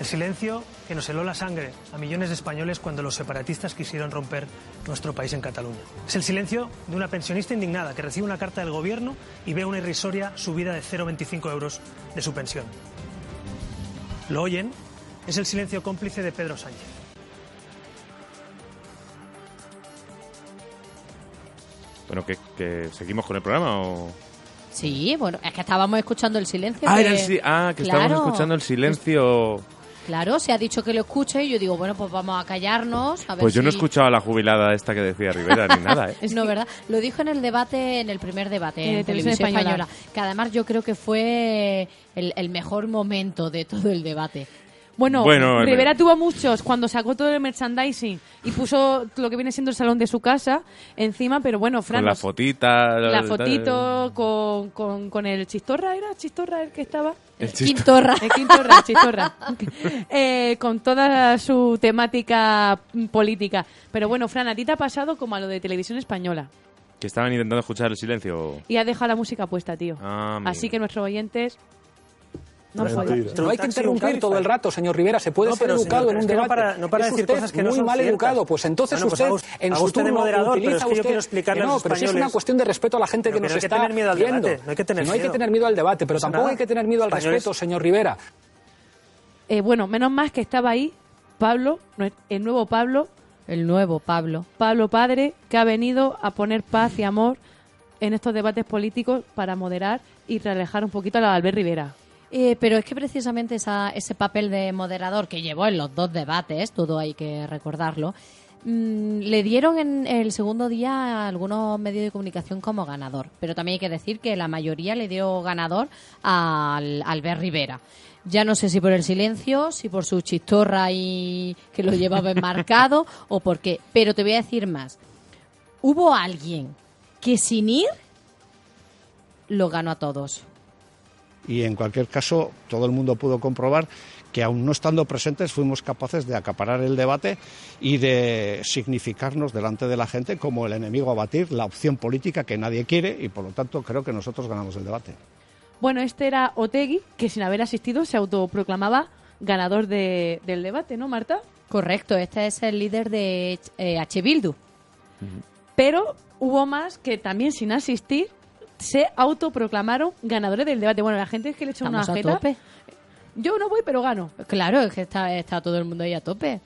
H: El silencio que nos heló la sangre a millones de españoles cuando los separatistas quisieron romper nuestro país en Cataluña. Es el silencio de una pensionista indignada que recibe una carta del gobierno y ve una irrisoria subida de 0,25 euros de su pensión. ¿Lo oyen? Es el silencio cómplice de Pedro Sánchez.
D: Bueno, que, que seguimos con el programa o...
C: Sí, bueno, es que estábamos escuchando el silencio.
D: Ah,
C: que-
D: era el si- ah,
C: Claro.
D: que
C: Pues
D: estábamos escuchando el silencio.
C: Claro, se ha dicho que lo escuche y yo digo, bueno, pues vamos a callarnos. A ver
D: Pues yo no he
C: si-
D: escuchado a la jubilada esta que decía Rivera ni nada, ¿eh?
C: [LAUGHS] no, ¿verdad? Lo dijo en el debate, en el primer debate
B: Eh,
C: en Televisión Española, que además yo creo que fue el, el mejor momento de todo el debate.
B: Bueno,
D: Bueno,
B: Rivera
D: eh,
B: tuvo muchos cuando sacó todo el merchandising y puso lo que viene siendo el salón de su casa encima, pero bueno, Fran...
D: Con la
B: nos-
D: fotita.
B: la
D: tal.
B: fotito con, con, con el chistorra, ¿era chistorra el que estaba?
D: El chiste.
C: [LAUGHS] Quintorra.
B: El quintorra, chistorra. Eh, con toda su temática mm, política. Pero bueno, Fran, a ti te ha pasado como a lo de televisión española.
D: Que estaban intentando escuchar el silencio.
B: Y has dejado la música puesta, tío.
D: Ah, mira.
B: Así que nuestros oyentes No puedo.
J: No hay que interrumpir todo el rato, señor Rivera. Se puede
H: No,
J: ser
H: pero,
J: educado
H: señor,
J: en
H: es
J: un
H: que no
J: debate.
H: para- no para
J: es
H: decir
J: usted
H: cosas que no
J: muy
H: son
J: mal
H: ciertas.
J: educado. Pues entonces
H: Bueno, pues
J: usted
H: haga usted-
J: en
H: haga
J: su
H: usted de
J: turno
H: moderador, pero
J: utiliza
H: es que yo
J: usted-
H: quiero explicarle a
J: no,
H: los
J: pero si es una
H: españoles-
J: cuestión de respeto a la gente que
H: Pero
J: nos
H: hay que
J: está
H: tener miedo al
J: viendo.
H: debate, no hay que tener miedo.
J: tener miedo al debate, pero
H: Pasa
J: tampoco
H: nada.
J: hay que tener miedo al
H: Españoles-
J: respeto, señor Rivera.
B: Eh, bueno, menos más que estaba ahí Pablo, nue- el nuevo Pablo.
C: El nuevo Pablo.
B: Pablo Padre, que ha venido a poner paz y amor en estos debates políticos para moderar y relajar un poquito a la Albert Rivera.
C: Eh, pero es que precisamente esa- ese papel de moderador que llevó en los dos debates, todo hay que recordarlo, mm, le dieron en el segundo día a algunos medios de comunicación como ganador. Pero también hay que decir que la mayoría le dio ganador al Albert Rivera. Ya no sé si por el silencio, si por su chistorra y que lo llevaba enmarcado [LAUGHS] o por qué. Pero te voy a decir más. Hubo alguien que sin ir lo ganó a todos.
K: y en cualquier caso todo el mundo pudo comprobar que aun no estando presentes fuimos capaces de acaparar el debate y de significarnos delante de la gente como el enemigo a batir, la opción política que nadie quiere y por lo tanto creo que nosotros ganamos el debate.
B: Bueno, este era Otegui, que sin haber asistido se autoproclamaba ganador de- del debate, ¿no, Marta?
C: Correcto, este es el líder de eh, H. Bildu.
B: Pero hubo más que también sin asistir se autoproclamaron ganadores del debate. Bueno, la gente es que le echó una
C: Estamos a
B: jeta.
C: tope.
B: Yo no voy, pero gano.
C: Claro, es que está, está todo el mundo ahí a tope.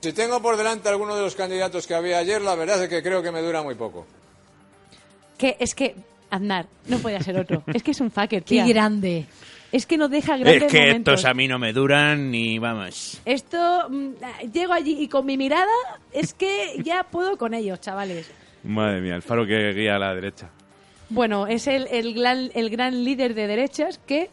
L: Si tengo por delante alguno de los candidatos que había ayer, la verdad es que creo que me dura muy poco.
B: Que es que Aznar no puede ser
C: [LAUGHS]
B: otro. es que es un fucker,
C: Qué
B: tía.
C: grande.
B: Es que no deja
D: Es
B: grandes
D: que
B: momentos.
D: estos a mí no me duran ni vamos.
B: Esto mm, ah, llego allí y con mi mirada es que ya puedo con ellos, chavales.
D: Madre mía, el faro que guía a la derecha.
B: Bueno, es el, el gran, el gran líder de derechas que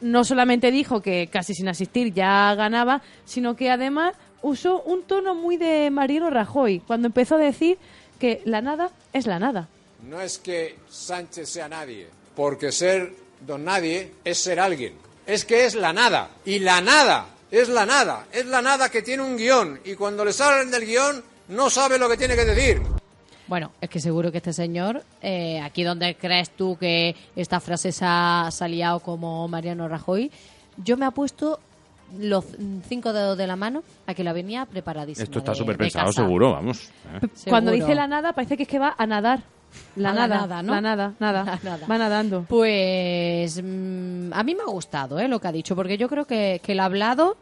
B: no solamente dijo que casi sin asistir ya ganaba, sino que además usó un tono muy de Mariano Rajoy cuando empezó a decir que la nada es la nada.
L: No es que Sánchez sea nadie, porque ser don nadie es ser alguien. Es que es la nada. Y la nada es la nada. Es la nada que tiene un guión. Y cuando le salen del guión, no sabe lo que tiene que decir.
C: Bueno, es que seguro que este señor, eh, aquí donde crees tú que esta frase se ha, se ha liado como Mariano Rajoy, yo me ha puesto los mm, cinco dedos de la mano a que la venía preparadísima.
D: Esto está
C: de-
D: súper
C: de
D: pensado,
C: casa.
D: seguro, vamos. ¿eh?
B: Cuando
C: Seguro.
B: dice la nada parece que es que va a nadar. La
C: A la
B: nada,
C: nada, ¿no?
B: La nada,
C: [LAUGHS]
B: nada. Va nadando.
C: Pues mm, a mí me ha gustado eh, lo que ha dicho, porque yo creo que, que lo ha hablado,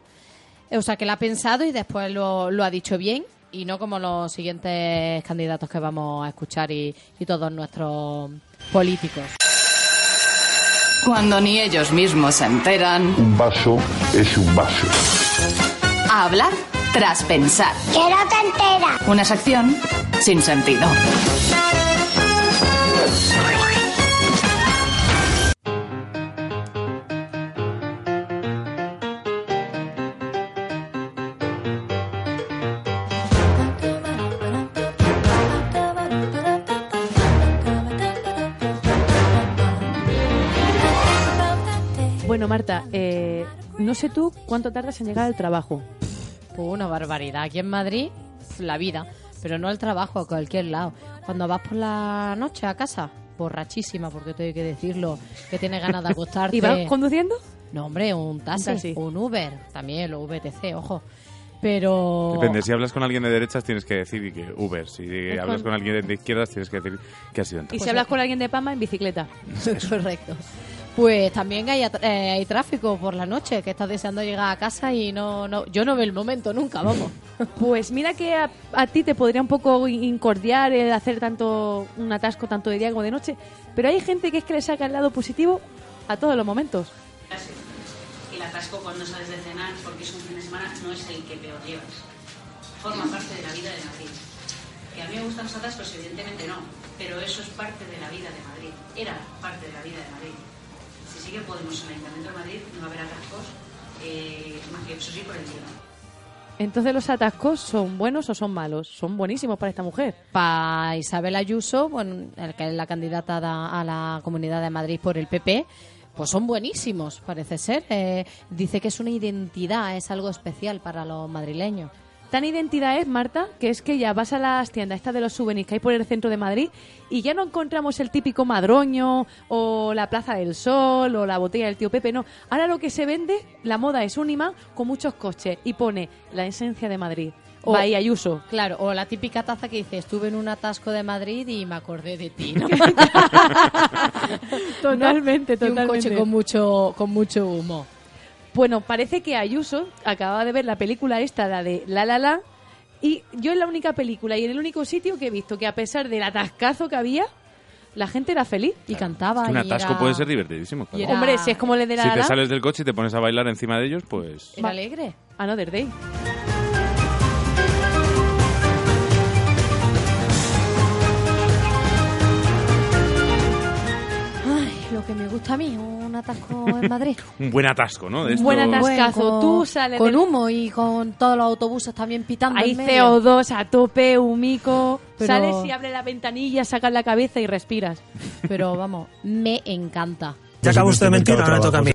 C: eh, o sea, que lo ha pensado y después lo, lo ha dicho bien, y no como los siguientes candidatos que vamos a escuchar y, y todos nuestros políticos.
M: Cuando ni ellos mismos se enteran,
N: Un vaso es un vaso.
M: a hablar tras pensar. ¡Que no te enteras! Una sección sin sentido.
B: Bueno, Marta, eh, no sé tú cuánto tardas en llegar al trabajo.
C: Pues una barbaridad. Aquí en Madrid, pf, la vida, pero no el trabajo, a cualquier lado. Cuando vas por la noche a casa, borrachísima, porque tengo que decirlo, que
B: [LAUGHS]
C: tienes ganas de acostarte.
B: ¿Y vas conduciendo?
C: No, hombre, un taxi,
B: Un taxi.
C: un Uber, también los VTC, ojo. Pero...
D: Depende, si hablas con alguien de derechas tienes que decir y que Uber, si hablas
B: con-
D: con alguien de izquierdas tienes que decir que ha sido en
B: Y
D: taxi.
B: si hablas con alguien de Pama en bicicleta.
C: [LAUGHS] Correcto. Pues también hay, at- eh, hay tráfico por la noche, que estás deseando llegar a casa y no, no yo no veo el momento nunca, vamos.
B: Pues mira que a, a ti te podría un poco incordiar el hacer tanto un atasco tanto de día como de noche, pero hay gente que es que le saca el lado positivo a todos los momentos.
O: El atasco cuando sales de cenar porque es un fin de semana no es el que peor llevas. Forma parte de la vida de Madrid. Que a mí me gustan los atascos, evidentemente no, pero eso es parte de la vida de Madrid. Era parte de la vida de Madrid. Si sigue Podemos en el Ayuntamiento de Madrid, no va a haber atascos, eh, más que eso sí por el día.
B: Entonces los atascos son buenos o son malos, son buenísimos para esta mujer.
C: Para Isabel Ayuso, bueno, el que es la candidata da- a la Comunidad de Madrid por el PP, pues son buenísimos, parece ser. Eh, dice que es una identidad, es algo especial para los madrileños.
B: Tan identidad es, Marta, que es que ya vas a las tiendas estas de los souvenirs que hay por el centro de Madrid y ya no encontramos el típico madroño o la Plaza del Sol o la botella del tío Pepe, no. Ahora lo que se vende, la moda es un imán con muchos coches y pone la esencia de Madrid.
C: O-
B: Bahía Ayuso.
C: Claro, o la típica taza que dice, estuve en un atasco de Madrid y me acordé de ti. [LAUGHS]
B: [LAUGHS] Totalmente,
C: Y un coche
B: totalmente.
C: con mucho, con mucho humo.
B: Bueno, parece que Ayuso acababa de ver la película esta, la de La La La, y yo es la única película y en el único sitio que he visto que a pesar del atascazo que había, la gente era feliz y cantaba.
D: Es que un atasco puede ser divertidísimo. claro.
B: Hombre, si es como le de La
D: si
B: La
D: te
B: La,
D: sales del coche y te pones a bailar encima de ellos, pues...
B: era
C: alegre.
B: Another Day.
C: Ay, lo que me gusta a mí, un atasco en Madrid.
D: Un buen atasco, ¿no? De
C: Un [LAUGHS]
D: esto-
C: buen atascazo.
B: Con-
C: Tú sales
B: con
C: humo y con todos los autobuses también pitando.
B: Hay CO2 a tope, humico.
C: Pero-
B: Sales y abres la ventanilla, sacas la cabeza y respiras.
C: Pero vamos, me encanta.
H: Ya acabó usted de mentir, ahora toca a mí.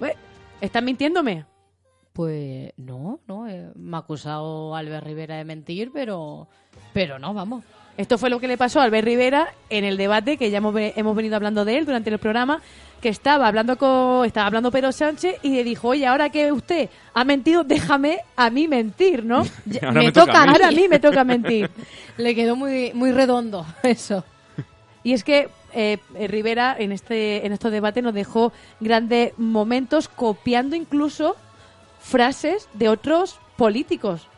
B: Ué, ¿Estás mintiéndome?
C: Pues no, no. eh, me ha acusado Albert Rivera de mentir, pero, pero no, vamos.
B: Esto fue lo que le pasó a Albert Rivera en el debate que ya hemos, ve- hemos venido hablando de él durante el programa, que estaba hablando con estaba hablando Pedro Sánchez y le dijo, oye, ahora que usted ha mentido, déjame a mí mentir,
C: [LAUGHS]
B: ¿no?
C: Ya- Ahora me me toca toca a mí.
B: ahora a mí me toca mentir.
C: Le quedó muy, muy redondo eso.
B: Y es que eh, eh, Rivera en este en estos debates nos dejó grandes momentos copiando incluso frases de otros políticos.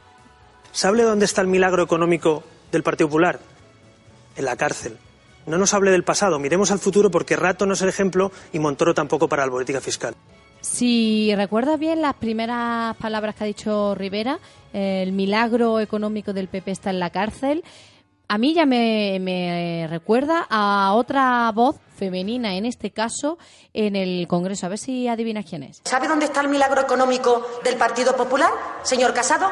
H: Se hable dónde está el milagro económico del Partido Popular. En la cárcel. No nos hable del pasado, miremos al futuro porque Rato no es el ejemplo y Montoro tampoco para la política fiscal.
C: Si recuerdas bien las primeras palabras que ha dicho Rivera, eh, el milagro económico del PP está en la cárcel. A mí ya me, me recuerda a otra voz femenina, en este caso, en el Congreso. A ver si adivinas quién es.
P: ¿Sabe dónde está el milagro económico del Partido Popular, señor Casado?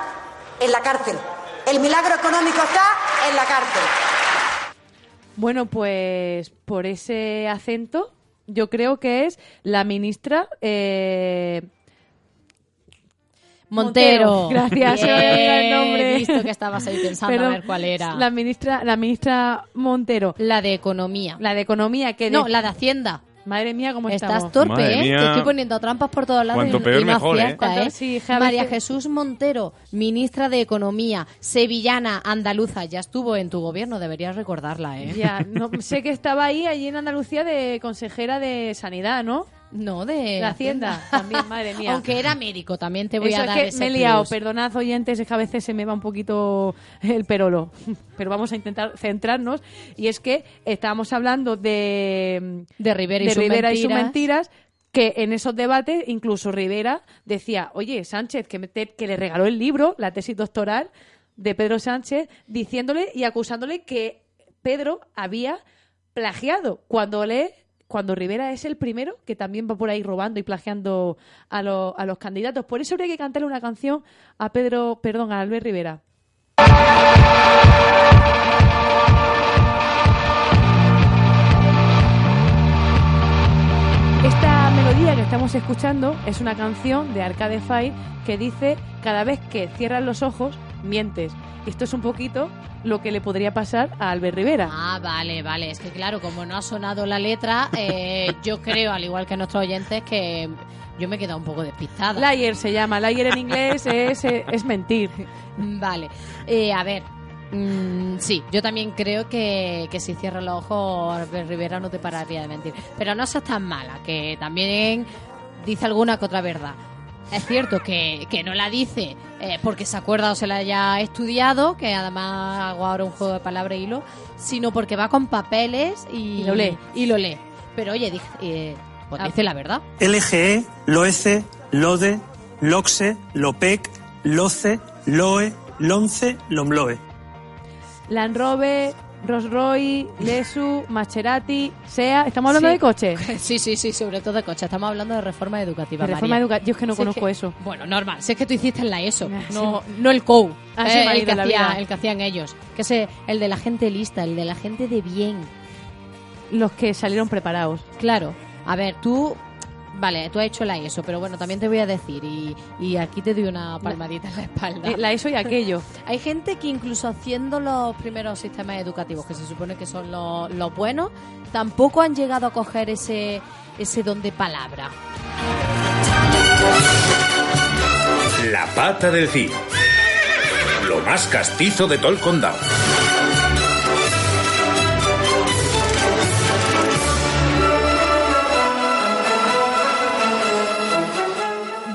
P: En la cárcel. El milagro económico está en la cárcel.
B: Bueno, pues por ese acento, yo creo que es la ministra eh,
C: Montero.
B: Gracias, se me olvidaba el
C: Bien,
B: nombre.
C: visto que estabas ahí pensando a
B: Perdón.
C: ver cuál era.
B: La ministra, la ministra Montero.
C: La de Economía.
B: La de Economía, que
C: No, la de Hacienda.
B: Madre mía, cómo
C: Estás
B: estamos.
C: torpe,
D: Madre
C: ¿eh?
D: mía.
C: Te estoy poniendo trampas por todos lados.
D: Cuanto
C: y-
D: peor,
C: y no
D: mejor, ¿eh?
C: acierta,
B: Cuanto- sí, hija, a
C: María
B: veces-
C: Jesús Montero, ministra de Economía, sevillana, andaluza, ya estuvo en tu gobierno, deberías recordarla, ¿eh?
B: [LAUGHS] Ya, no, sé que estaba ahí, allí en Andalucía, de consejera de Sanidad, ¿no?
C: No, de
B: La Hacienda, también, madre mía.
C: Eh, Aunque era médico, también te voy
B: Eso
C: a
B: es
C: dar
B: que
C: ese
B: me he liado,
C: plus.
B: perdonad oyentes, es que a veces se me va un poquito el perolo. [LAUGHS] Pero vamos a intentar centrarnos. Y es que estábamos hablando de,
C: De Rivera y
B: de
C: sus
B: Rivera y sus
C: mentiras.
B: mentiras, que en esos debates incluso Rivera decía, oye, Sánchez, que, me te- que le regaló el libro, la tesis doctoral de Pedro Sánchez, diciéndole y acusándole que Pedro había plagiado cuando le cuando Rivera es el primero que también va por ahí robando y plagiando a, lo- a los candidatos. Por eso habría que cantarle una canción a Pedro, perdón, a Albert Rivera. Esta melodía que estamos escuchando es una canción de Arcade Fire que dice cada vez que cierras los ojos, mientes. Esto es un poquito lo que le podría pasar a Albert Rivera.
C: Ah, vale, vale. Es que claro, como no ha sonado la letra, eh, yo creo, al igual que nuestros oyentes, que yo me he quedado un poco despistada.
B: Liar se llama, liar en inglés es, eh, es mentir.
C: Vale. Eh, a ver. mm, sí, yo también creo que, que si cierras los ojos, Albert Rivera no te pararía de mentir. Pero no seas tan mala, que también dice alguna que otra verdad. Es cierto que, que no la dice eh, porque se acuerda o se la haya estudiado, que además hago ahora un juego de palabras y hilo, sino porque va con papeles y,
B: Y lo lee. Ah.
C: Y lo lee. Pero oye, dije, eh, pues dice la verdad. [LAUGHS]
H: LGE, LOECE, LODE, LOXE, LOPEC, LOCE, LOE, LONCE, LOMLOE.
B: Land Rover, Rolls Royce, Lesu, Maserati, SEA. Estamos hablando
C: Sí.
B: de coches.
C: Sí, sí, sí, sobre todo de coche. Estamos hablando de reforma educativa.
B: De reforma
C: María.
B: educa- yo es que no
C: Si
B: conozco eso.
C: Bueno, normal. Si es que tú hiciste la ESO,
B: Ah, sí.
C: no, no el COU. eh,
B: Ah, sí, me ha
C: el,
B: ido
C: que
B: la
C: hacía-
B: vida.
C: el que hacían ellos. Que es eh, el de la gente lista, el de la gente de bien.
B: Los que salieron preparados.
C: Claro. A ver, tú Vale, tú has hecho la ESO, pero bueno, también te voy a decir, y, y aquí te doy una palmadita en la espalda.
B: Eh, la ESO y aquello.
C: Hay gente que incluso haciendo los primeros sistemas educativos, que se supone que son los, los buenos, tampoco han llegado a coger ese, ese don de palabra.
A: La pata del Cid. Lo más castizo de todo el condado.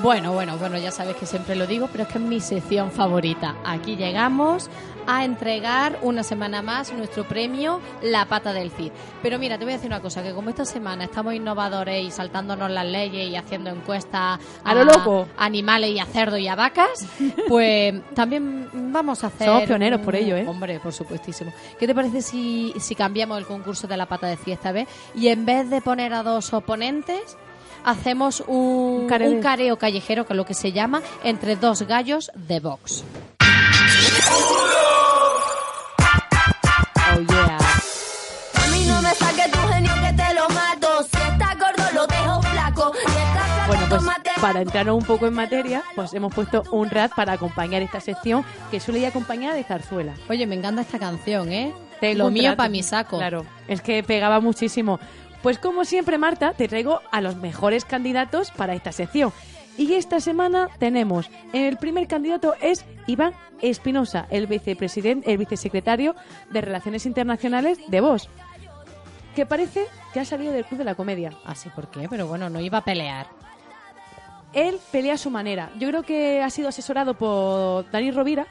C: Bueno, bueno, bueno, ya sabes que siempre lo digo, pero es que es mi sección favorita. Aquí llegamos a entregar una semana más nuestro premio La Pata del Cid. Pero mira, te voy a decir una cosa, que como esta semana estamos innovadores y saltándonos las leyes y haciendo encuestas
B: A lo loco.
C: animales y a cerdos y a vacas, pues también vamos a hacer...
B: Somos pioneros por ello, ¿eh?
C: Hombre, por supuestísimo. ¿Qué te parece si, si cambiamos el concurso de La Pata del Cid esta vez y en vez de poner a dos oponentes hacemos un, un careo.
B: careo.
C: callejero, que es lo que se llama, entre dos gallos de box. Oh, yeah.
Q: A mí no me saques tu genio que te lo mato. Si estás gordo, lo dejo flaco. Si estás flaco,
B: Bueno, pues
Q: tómate-
B: para entrarnos un poco en materia, pues hemos puesto un rap para acompañar esta sección que suele ir acompañada de zarzuela.
C: Oye, me encanta esta canción, ¿eh?
B: Tengo
C: lo
B: un
C: mío
B: trato.
C: para mi saco.
B: Claro, es que pegaba muchísimo. Pues como siempre, Marta, te traigo a los mejores candidatos para esta sección. Y esta semana tenemos, el primer candidato es Iván Espinosa, el vicepresidente, el vicesecretario de Relaciones Internacionales de Vox, que parece que ha salido del Club de la Comedia.
C: Así Ah, por qué, pero bueno, no iba a pelear.
B: Él pelea a su manera. Yo creo que ha sido asesorado por Dani Rovira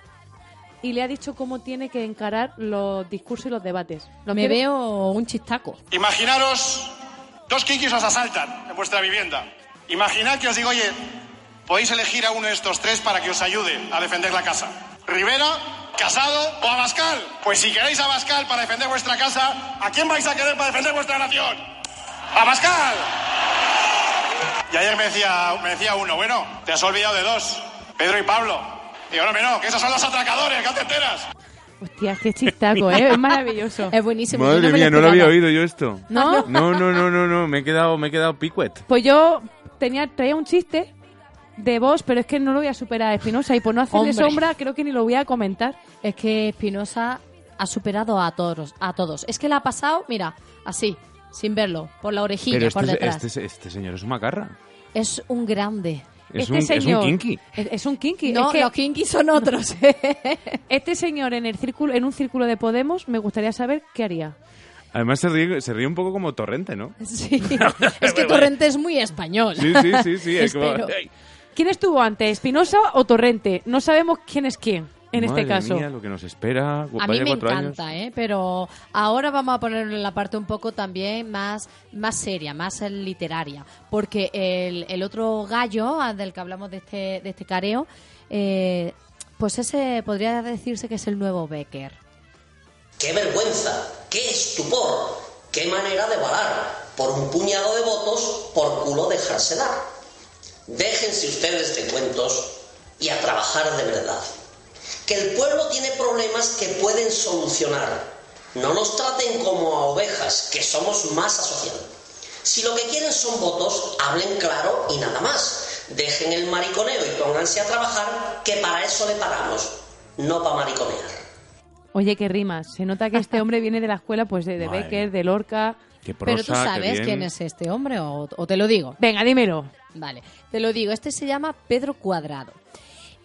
B: y le ha dicho cómo tiene que encarar los discursos y los debates. Lo
C: Me
B: quiero-
C: veo un chistaco.
R: Imaginaros, dos kinkis os asaltan en vuestra vivienda. Imaginad que os digo, oye, podéis elegir a uno de estos tres para que os ayude a defender la casa. Rivera, Casado o Abascal. Pues si queréis a Abascal para defender vuestra casa, ¿a quién vais a querer para defender vuestra nación? ¡Abascal! Y ayer me decía, me decía uno, bueno, te has olvidado de dos, Pedro y Pablo. Digo, no, hombre, no, que esos son los atracadores, que te enteras.
B: Hostia, qué chistaco, [LAUGHS] ¿eh? Es maravilloso.
C: Es buenísimo.
D: Madre
C: yo me
D: mía, no lo había
C: esperaba.
D: oído yo esto.
B: [LAUGHS] ¿No?
D: No, no, no, no, no, me he quedado, me he quedado picuet.
B: Pues yo tenía, traía un chiste de vos, pero es que no lo voy a superar a Espinosa. Y por no hacerle
C: Hombre.
B: sombra, creo que ni lo voy a comentar.
C: Es que Espinosa ha superado a todos, a todos. Es que la ha pasado, mira, así, sin verlo, por la orejilla,
D: Pero
C: por
D: este,
C: detrás.
D: este- este señor es un macarra.
C: Es un grande.
D: Es Este un- es un señor- kinky.
B: Es, es un kinky.
C: No,
B: es que
C: los kinky son otros. ¿eh?
B: [LAUGHS] este señor en el círculo, en un círculo de Podemos, me gustaría saber qué haría.
D: Además se ríe, se ríe un poco como torrente, ¿no?
C: Sí. [LAUGHS] es que Torrente es muy español.
D: Sí, sí,
C: [LAUGHS]
D: sí, sí, es como-
C: Espero.
D: ¡Ey!
B: ¿Quién estuvo antes, Espinosa o Torrente? No sabemos quién es quién en
D: Madre
B: este caso.
D: mía, lo que nos espera.
C: A mí
D: vaya
C: me
D: cuatro años.
C: encanta, ¿eh? pero ahora vamos a ponerlo en la parte un poco también más, más seria, más eh, literaria, porque el, el otro gallo ah, del que hablamos de este, de este careo, eh, pues ese podría decirse que es el nuevo Becker.
S: ¡Qué vergüenza! ¡Qué estupor! ¡Qué manera de varar! Por un puñado de votos, por culo dejarse dar. Déjense ustedes de cuentos y a trabajar de verdad. Que el pueblo tiene problemas que pueden solucionar. No nos traten como a ovejas, que somos masa social. Si lo que quieren son votos, hablen claro y nada más. Dejen el mariconeo y pónganse a trabajar, que para eso le pagamos, no para mariconear.
B: Oye, qué rimas. Se nota que este hombre viene de la escuela pues de, de
D: Madre
B: Becker, de Lorca.
D: Qué
C: Pero tú
D: prosa, qué
C: sabes
D: bien.
C: quién es este hombre o, o te lo digo.
B: Venga,
D: [LAUGHS]
B: dímelo.
C: Vale, te lo digo. Este se llama Pedro Cuadrado.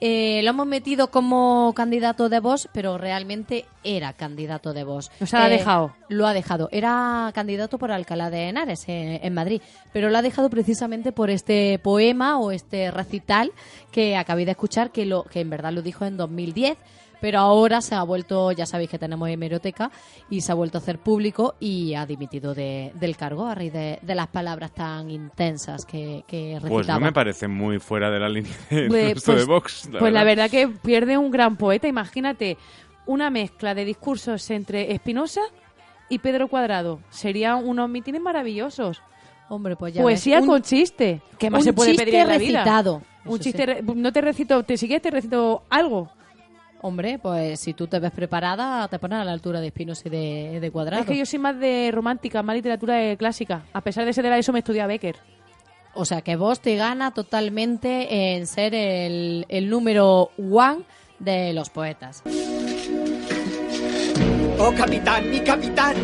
C: Eh, lo hemos metido como candidato de voz, pero realmente era candidato de Eh, voz.
B: Nos ha dejado.
C: Lo ha dejado. Era candidato por Alcalá de Henares, eh, en Madrid, pero lo ha dejado precisamente por este poema o este recital que acabé de escuchar, que, lo, que en verdad lo dijo en 2010, pero ahora se ha vuelto, ya sabéis que tenemos hemeroteca, y se ha vuelto a hacer público y ha dimitido de- del cargo a raíz de, de las palabras tan intensas que, que recitaba.
D: Pues no me parece muy fuera de la línea de
B: Pues-
D: nuestro
B: pues-
D: de Vox.
B: pues la verdad que pierde un gran poeta. Imagínate una mezcla de discursos entre Espinosa y Pedro Cuadrado. Serían unos mítines maravillosos.
C: Hombre, pues
B: Poesía con chiste. ¿Qué más se puede pedir en la vida?
C: recitado.
B: Un chiste re- no te recito, te sigues, te recito algo.
C: Hombre, pues si tú te ves preparada, te pones a la altura de Espinosa y de, de Cuadrado.
B: eh, Es que yo soy más de romántica, más literatura de clásica. A pesar de ser de la ESO me estudia Becker.
C: O sea que vos te gana totalmente en ser el, el número one de los poetas. [LAUGHS]
T: Oh capitán, mi capitán.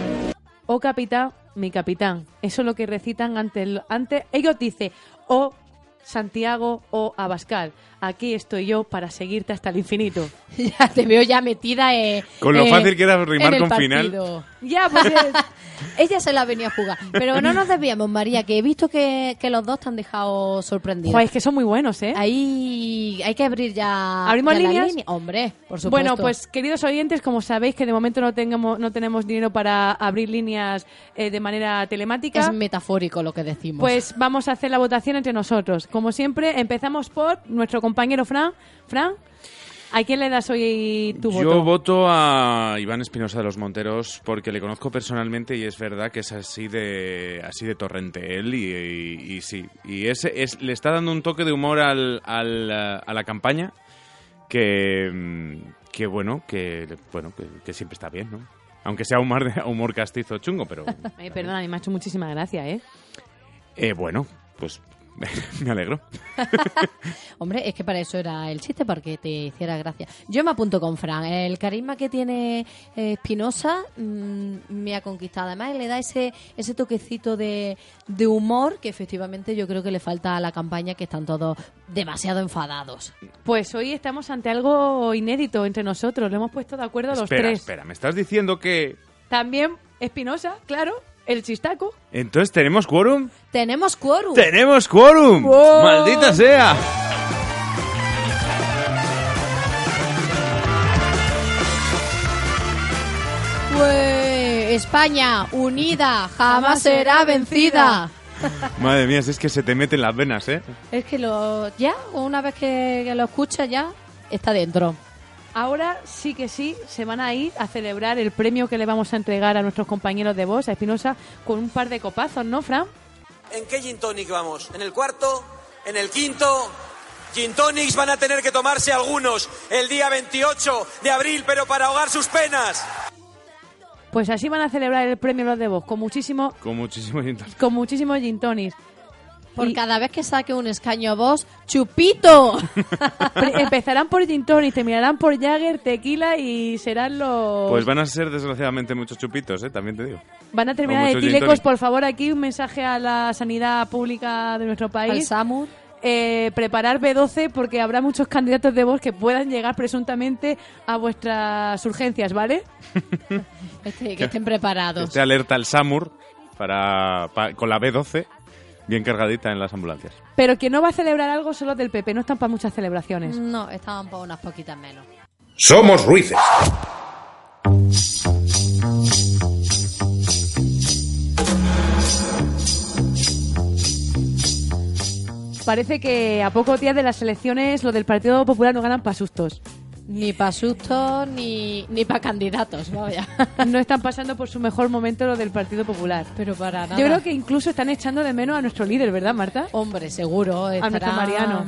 B: Oh capitán, mi capitán. Eso es lo que recitan ante, el- ante ellos dice, oh Santiago o Abascal, aquí estoy yo para seguirte hasta el infinito.
C: ya te veo ya metida en
D: Con lo
C: eh,
D: fácil que era rimar
C: en el
D: con
C: partido. [LAUGHS] [LAUGHS] Ya, pues eh, ella se la venía a jugar. Pero no nos desviemos, María, que he visto que, que los dos te han dejado sorprendidos.
B: Joder, es que son muy buenos, ¿eh?
C: Ahí hay que abrir ya.
B: ¿Abrimos
C: ya la
B: líneas?
C: línea. Hombre, por supuesto.
B: Bueno, pues queridos oyentes, como sabéis que de momento no tengamos, no tenemos dinero para abrir líneas eh, de manera telemática.
C: Es metafórico lo que decimos.
B: Pues vamos a hacer la votación entre nosotros. Como siempre, empezamos por nuestro compañero Fran. Fran, ¿a quién le das hoy tu
D: Yo
B: voto?
D: voto a Iván Espinosa de los Monteros porque le conozco personalmente y es verdad que es así de así de torrente él y, y- y sí. Y ese es, le está dando un toque de humor al, al, eh, a la campaña que, mm, que bueno, que bueno, que, que siempre está bien, ¿no? Aunque sea humor, de- humor castizo chungo, pero
B: Eh, perdona, a mí me ha hecho muchísima gracia, ¿eh?
D: eh, bueno, pues [LAUGHS] me alegro.
C: Hombre, es que para eso era el chiste, para que te hiciera gracia. Yo me apunto con Fran. El carisma que tiene eh, Espinosa mm, me ha conquistado. Además, le da ese, ese toquecito de, de humor que efectivamente yo creo que le falta a la campaña, que están todos demasiado enfadados.
B: Pues hoy estamos ante algo inédito entre nosotros. Lo hemos puesto de acuerdo los
D: espera,
B: tres.
D: espera, me estás diciendo que
B: También Espinosa, claro, el chistaco.
D: entonces tenemos quórum?
C: Tenemos quórum.
D: ¡Tenemos quórum!
B: ¡Wow!
D: ¡Maldita sea!
C: Ué, Pues, España unida jamás será vencida.
D: Madre mía, si es que se te meten las venas, ¿eh?
C: Es que lo ya, una vez que, que lo escuchas ya, está dentro.
B: Ahora sí que sí, se van a ir a celebrar el premio que le vamos a entregar a nuestros compañeros de voz, a Espinosa, con un par de copazos, ¿no, Fran?
U: ¿En qué gin tonic vamos? ¿En el cuarto? ¿En el quinto? Gin tonics van a tener que tomarse algunos el día 28 de abril, pero para ahogar sus penas.
B: Pues así van a celebrar el premio los de voz, con muchísimo,
D: Con muchísimo interés.
B: con muchísimos gin tonics.
C: Por cada vez que saque un escaño vos, [LAUGHS] chupito.
B: Pre- Empezarán por gin tonics, terminarán por Jagger, tequila y serán los...
D: Pues van a ser desgraciadamente muchos chupitos, ¿eh? También te digo.
B: Van a
D: O
B: terminar de
D: muchos gin
B: Tilecos,
D: tonic.
B: por favor, aquí un mensaje a la sanidad pública de nuestro país.
C: Al SAMUR.
B: Eh, preparar B12 porque habrá muchos candidatos de voz que puedan llegar presuntamente a vuestras urgencias, ¿vale?
C: Este- que estén preparados.
D: Esté alerta al SAMUR para, pa- con la B12 bien cargadita en las ambulancias.
B: Pero quien no va a celebrar algo son los del PP, no están para muchas celebraciones.
C: No, estaban para unas poquitas menos.
A: Somos Ruices.
B: Parece que a pocos días de las elecciones lo del Partido Popular no ganan para sustos.
C: Ni para sustos, ni, ni para candidatos, vaya.
B: No están pasando por su mejor momento lo del Partido Popular.
C: Pero para nada.
B: Yo creo que incluso están echando de menos a nuestro líder, ¿verdad, Marta?
C: Hombre, seguro.
B: A nuestro
C: estarán
B: Mariano.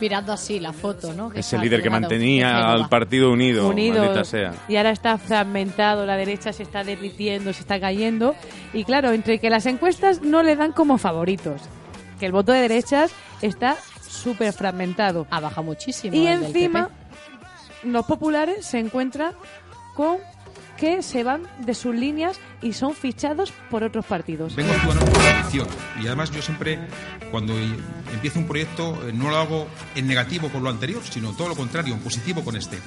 C: Mirando así la foto, ¿no?
D: Es
C: está
D: el líder que
C: colgado.
D: mantenía al partido unido,
B: Unidos.
D: maldita sea.
B: Y ahora está fragmentado, la derecha se está derritiendo, se está cayendo. Y claro, entre que las encuestas no le dan como favoritos, que el voto de derechas está súper fragmentado.
C: Ha bajado muchísimo.
B: Y
C: Ah, el del
B: encima, los populares se encuentran con que se van de sus líneas y son fichados por otros partidos.
V: Vengo a actuar por convicción y además yo siempre cuando empiezo un proyecto eh, no lo hago en negativo con lo anterior, sino todo lo contrario, en positivo con este.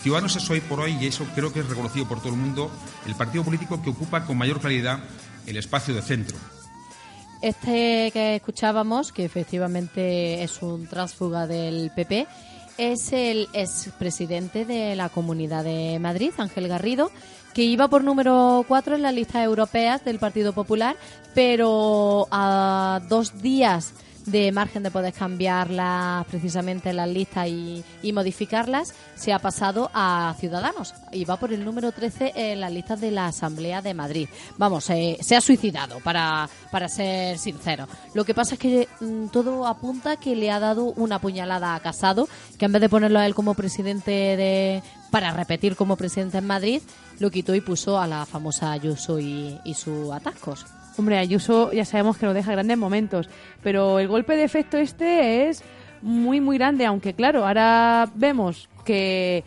V: Ciudadanos es hoy por hoy y eso creo que es reconocido por todo el mundo, el partido político que ocupa con mayor claridad el espacio de centro.
C: Este que escuchábamos, que efectivamente es un tránsfuga del PP, es el expresidente de la Comunidad de Madrid, Ángel Garrido, que iba por número 4 en las listas europeas del Partido Popular, pero a dos días de margen de poder cambiarlas precisamente las listas y, y modificarlas, se ha pasado a Ciudadanos y va por el número 13 en las listas de la Asamblea de Madrid. Vamos, eh, se ha suicidado, para, para ser sincero. Lo que pasa es que mm, todo apunta que le ha dado una puñalada a Casado, que en vez de ponerlo a él como presidente de... para repetir como presidente en Madrid, lo quitó y puso a la famosa Ayuso y, y sus atascos.
B: Hombre, Ayuso ya sabemos que nos deja grandes momentos, pero el golpe de efecto este es muy, muy grande, aunque claro, ahora vemos que,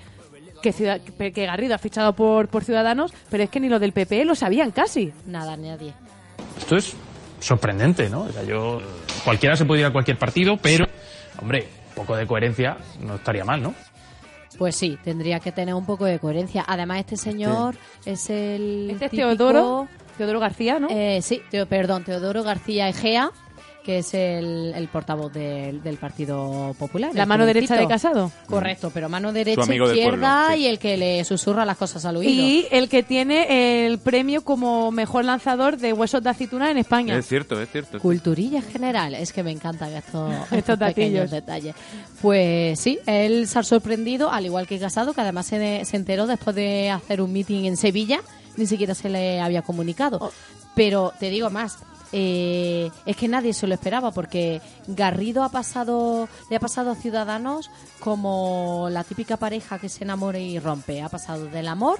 B: que, Ciudad- que Garrido ha fichado por, por Ciudadanos, pero es que ni los del PP lo sabían casi.
C: Nada, nadie.
W: Esto es sorprendente, ¿no? O sea, yo, cualquiera se puede ir a cualquier partido, pero, hombre, un poco de coherencia no estaría mal, ¿no?
C: Pues sí, tendría que tener un poco de coherencia. Además, este señor es el.
B: Este es
C: típico-
B: Teodoro, Teodoro García, ¿no?
C: Eh, sí, Teo- perdón, Teodoro García Egea, que es el, el portavoz del, del Partido Popular.
B: La
C: el
B: mano derecha
C: jovencito.
B: de Casado.
C: Correcto, pero mano derecha,
B: amigo del
C: izquierda
B: pueblo, sí.
C: y el que le susurra las cosas al oído.
B: Y el que tiene el premio como mejor lanzador de huesos de aceituna en España.
D: Es cierto, es cierto.
C: Culturilla general, es que me encantan estos, estos
B: datillos.
C: pequeños detalles. Pues sí, él se ha sorprendido, al igual que Casado, que además se, de- se enteró después de hacer un meeting en Sevilla, ni siquiera se le había comunicado. Pero te digo más, eh, es que nadie se lo esperaba porque Garrido ha pasado, le ha pasado a Ciudadanos como la típica pareja que se enamora y rompe, ha pasado del amor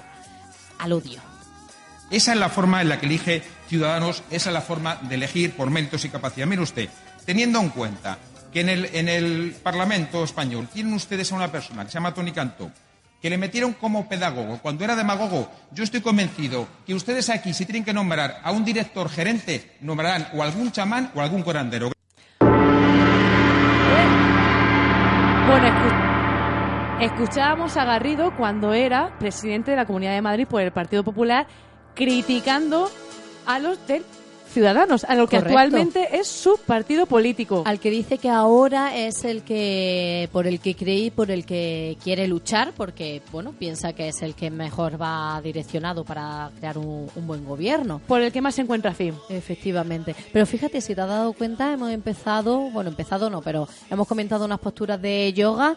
C: al odio.
V: Esa es la forma en la que elige Ciudadanos, esa es la forma de elegir por méritos y capacidad. Mire usted, teniendo en cuenta que en el, en el Parlamento español tienen ustedes a una persona que se llama Tony Cantó, que le metieron como pedagogo cuando era demagogo, yo estoy convencido que ustedes aquí, si tienen que nombrar a un director gerente, nombrarán o algún chamán o algún corandero.
B: Bueno, escu- escuchábamos a Garrido cuando era presidente de la Comunidad de Madrid por el Partido Popular criticando a los de Ciudadanos, a lo que
C: Correcto.
B: actualmente es su partido político.
C: Al que dice que ahora es el que por el que creí, por el que quiere luchar, porque bueno, piensa que es el que mejor va direccionado para crear un, un buen gobierno.
B: Por el que más se encuentra fin.
C: Efectivamente. Pero fíjate, si te has dado cuenta, hemos empezado, bueno, empezado no, pero hemos comentado unas posturas de yoga,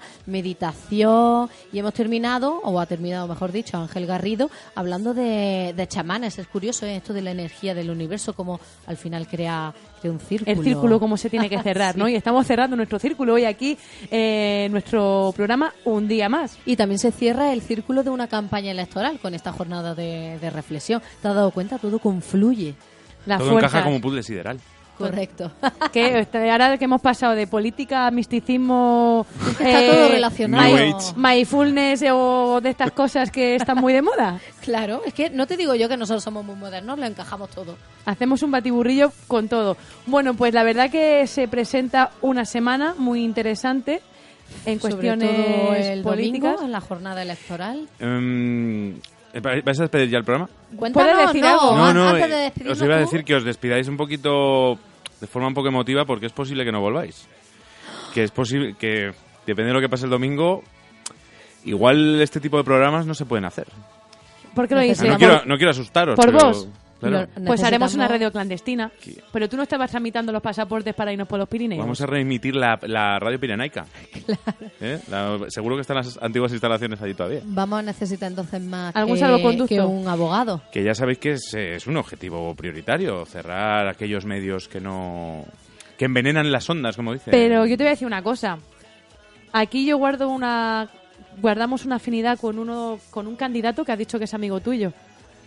C: meditación y hemos terminado, o ha terminado, mejor dicho, Ángel Garrido, hablando de, de chamanes. Es curioso ¿eh? esto de la energía del universo, como al final crea, crea un círculo.
B: El círculo, cómo se tiene que
C: [LAUGHS]
B: cerrar, ¿no?
C: Sí.
B: Y estamos cerrando nuestro círculo hoy aquí, eh, nuestro programa Un Día Más.
C: Y también se cierra el círculo de una campaña electoral con esta jornada de, de reflexión. ¿Te has dado cuenta? Todo confluye.
B: La
D: Todo encaja como un puzzle sideral.
C: [LAUGHS] Correcto.
B: que este, ahora que hemos pasado de política a misticismo
C: que está
B: Eh,
C: todo
B: my-
C: relacionado. New Age.
B: mindfulness eh, o de estas cosas que están muy de moda
C: Claro, es que no te digo yo que nosotros somos muy modernos, lo encajamos todo.
B: hacemos un batiburrillo con todo bueno pues la verdad que se presenta una semana muy interesante en cuestiones
C: Sobre todo el
B: políticas
C: domingo, en la jornada electoral.
D: Em, ¿Vais a despedir ya el programa?
C: Cuéntanos,
B: decir
C: no,
B: algo?
C: an- Oh, antes
D: eh,
C: de despedirnos
D: os iba a
C: tú.
D: decir que os despidáis un poquito de forma un poco emotiva porque es posible que no volváis. Que es posible que, depende de lo que pase el domingo, igual este tipo de programas no se pueden hacer. Ah,
B: ¿por qué lo dices?
D: no, quiero, no quiero asustaros.
B: por
D: pero,
B: vos
D: claro,
B: pues haremos
C: necesitamos-
B: una radio clandestina pero tú no estabas tramitando los pasaportes para irnos por los Pirineos
D: Vamos a reemitir la, la
C: [LAUGHS]
D: radio pirenaica. ¿Eh? La- seguro que están las antiguas instalaciones allí todavía.
C: Vamos a necesitar entonces más
B: ¿Algún
C: que,
B: salvoconducto?
C: que un abogado.
D: Que ya sabéis que es, eh, es un objetivo prioritario, cerrar aquellos medios que no... que envenenan las ondas, como dicen.
B: Pero yo te voy a decir una cosa. Aquí yo guardo una guardamos una afinidad con uno con un candidato que ha dicho que es amigo tuyo,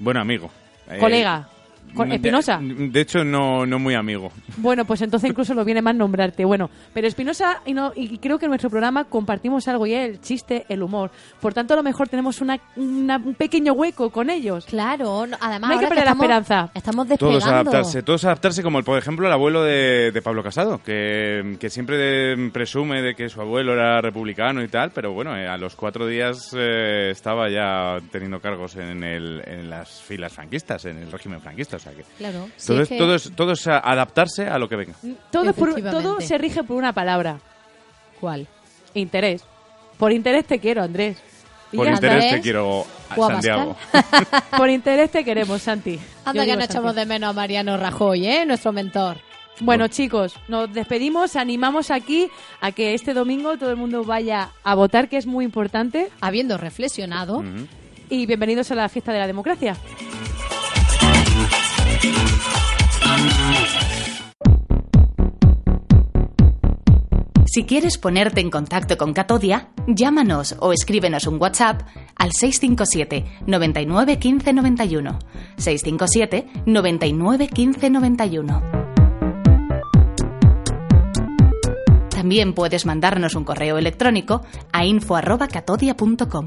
D: Bueno, amigo. Eh,
B: colega. Co-
D: de-
B: Espinosa.
D: De, hecho, no, no muy amigo.
B: Bueno, pues entonces incluso lo viene mal nombrarte. Bueno, pero Espinosa y no y creo que en nuestro programa compartimos algo y es el chiste, el humor. Por tanto, a lo mejor tenemos una, una- un pequeño hueco con ellos.
C: Claro, además
B: no hay que
C: ahora
B: perder la
C: estamos-
B: esperanza.
C: Estamos
D: Todos a
C: despegando.
D: adaptarse, todos a adaptarse, como por ejemplo el abuelo de, de Pablo Casado, que, que siempre de- presume de que su abuelo era republicano y tal, pero bueno, eh, a los cuatro días eh, estaba ya teniendo cargos en, el- en las filas franquistas, en el régimen franquista, o sea que...
C: Claro, sí,
D: Entonces,
C: es que-
D: todos, todos a adaptarse a lo que venga.
B: Todo, es por-
C: Efectivamente.
B: todo se rige por una palabra.
C: ¿Cuál?
B: Interés. Por interés te quiero, Andrés. Y
D: Por
B: ya está.
D: interés te quiero, a
B: o a
D: Santiago.
B: Por interés te queremos, Santi. Yo
C: Anda que
B: digo
C: no
B: Santi.
C: echamos de menos a Mariano Rajoy, ¿eh? Nuestro mentor.
B: Bueno, chicos, nos despedimos, animamos aquí a que este domingo todo el mundo vaya a votar, que es muy importante.
C: Habiendo reflexionado.
B: Y bienvenidos a la fiesta de la democracia.
M: Si quieres ponerte en contacto con Catodia, llámanos o escríbenos un WhatsApp al 657 99 15 91. 657 99 15 91. También puedes mandarnos un correo electrónico a info@catodia.com.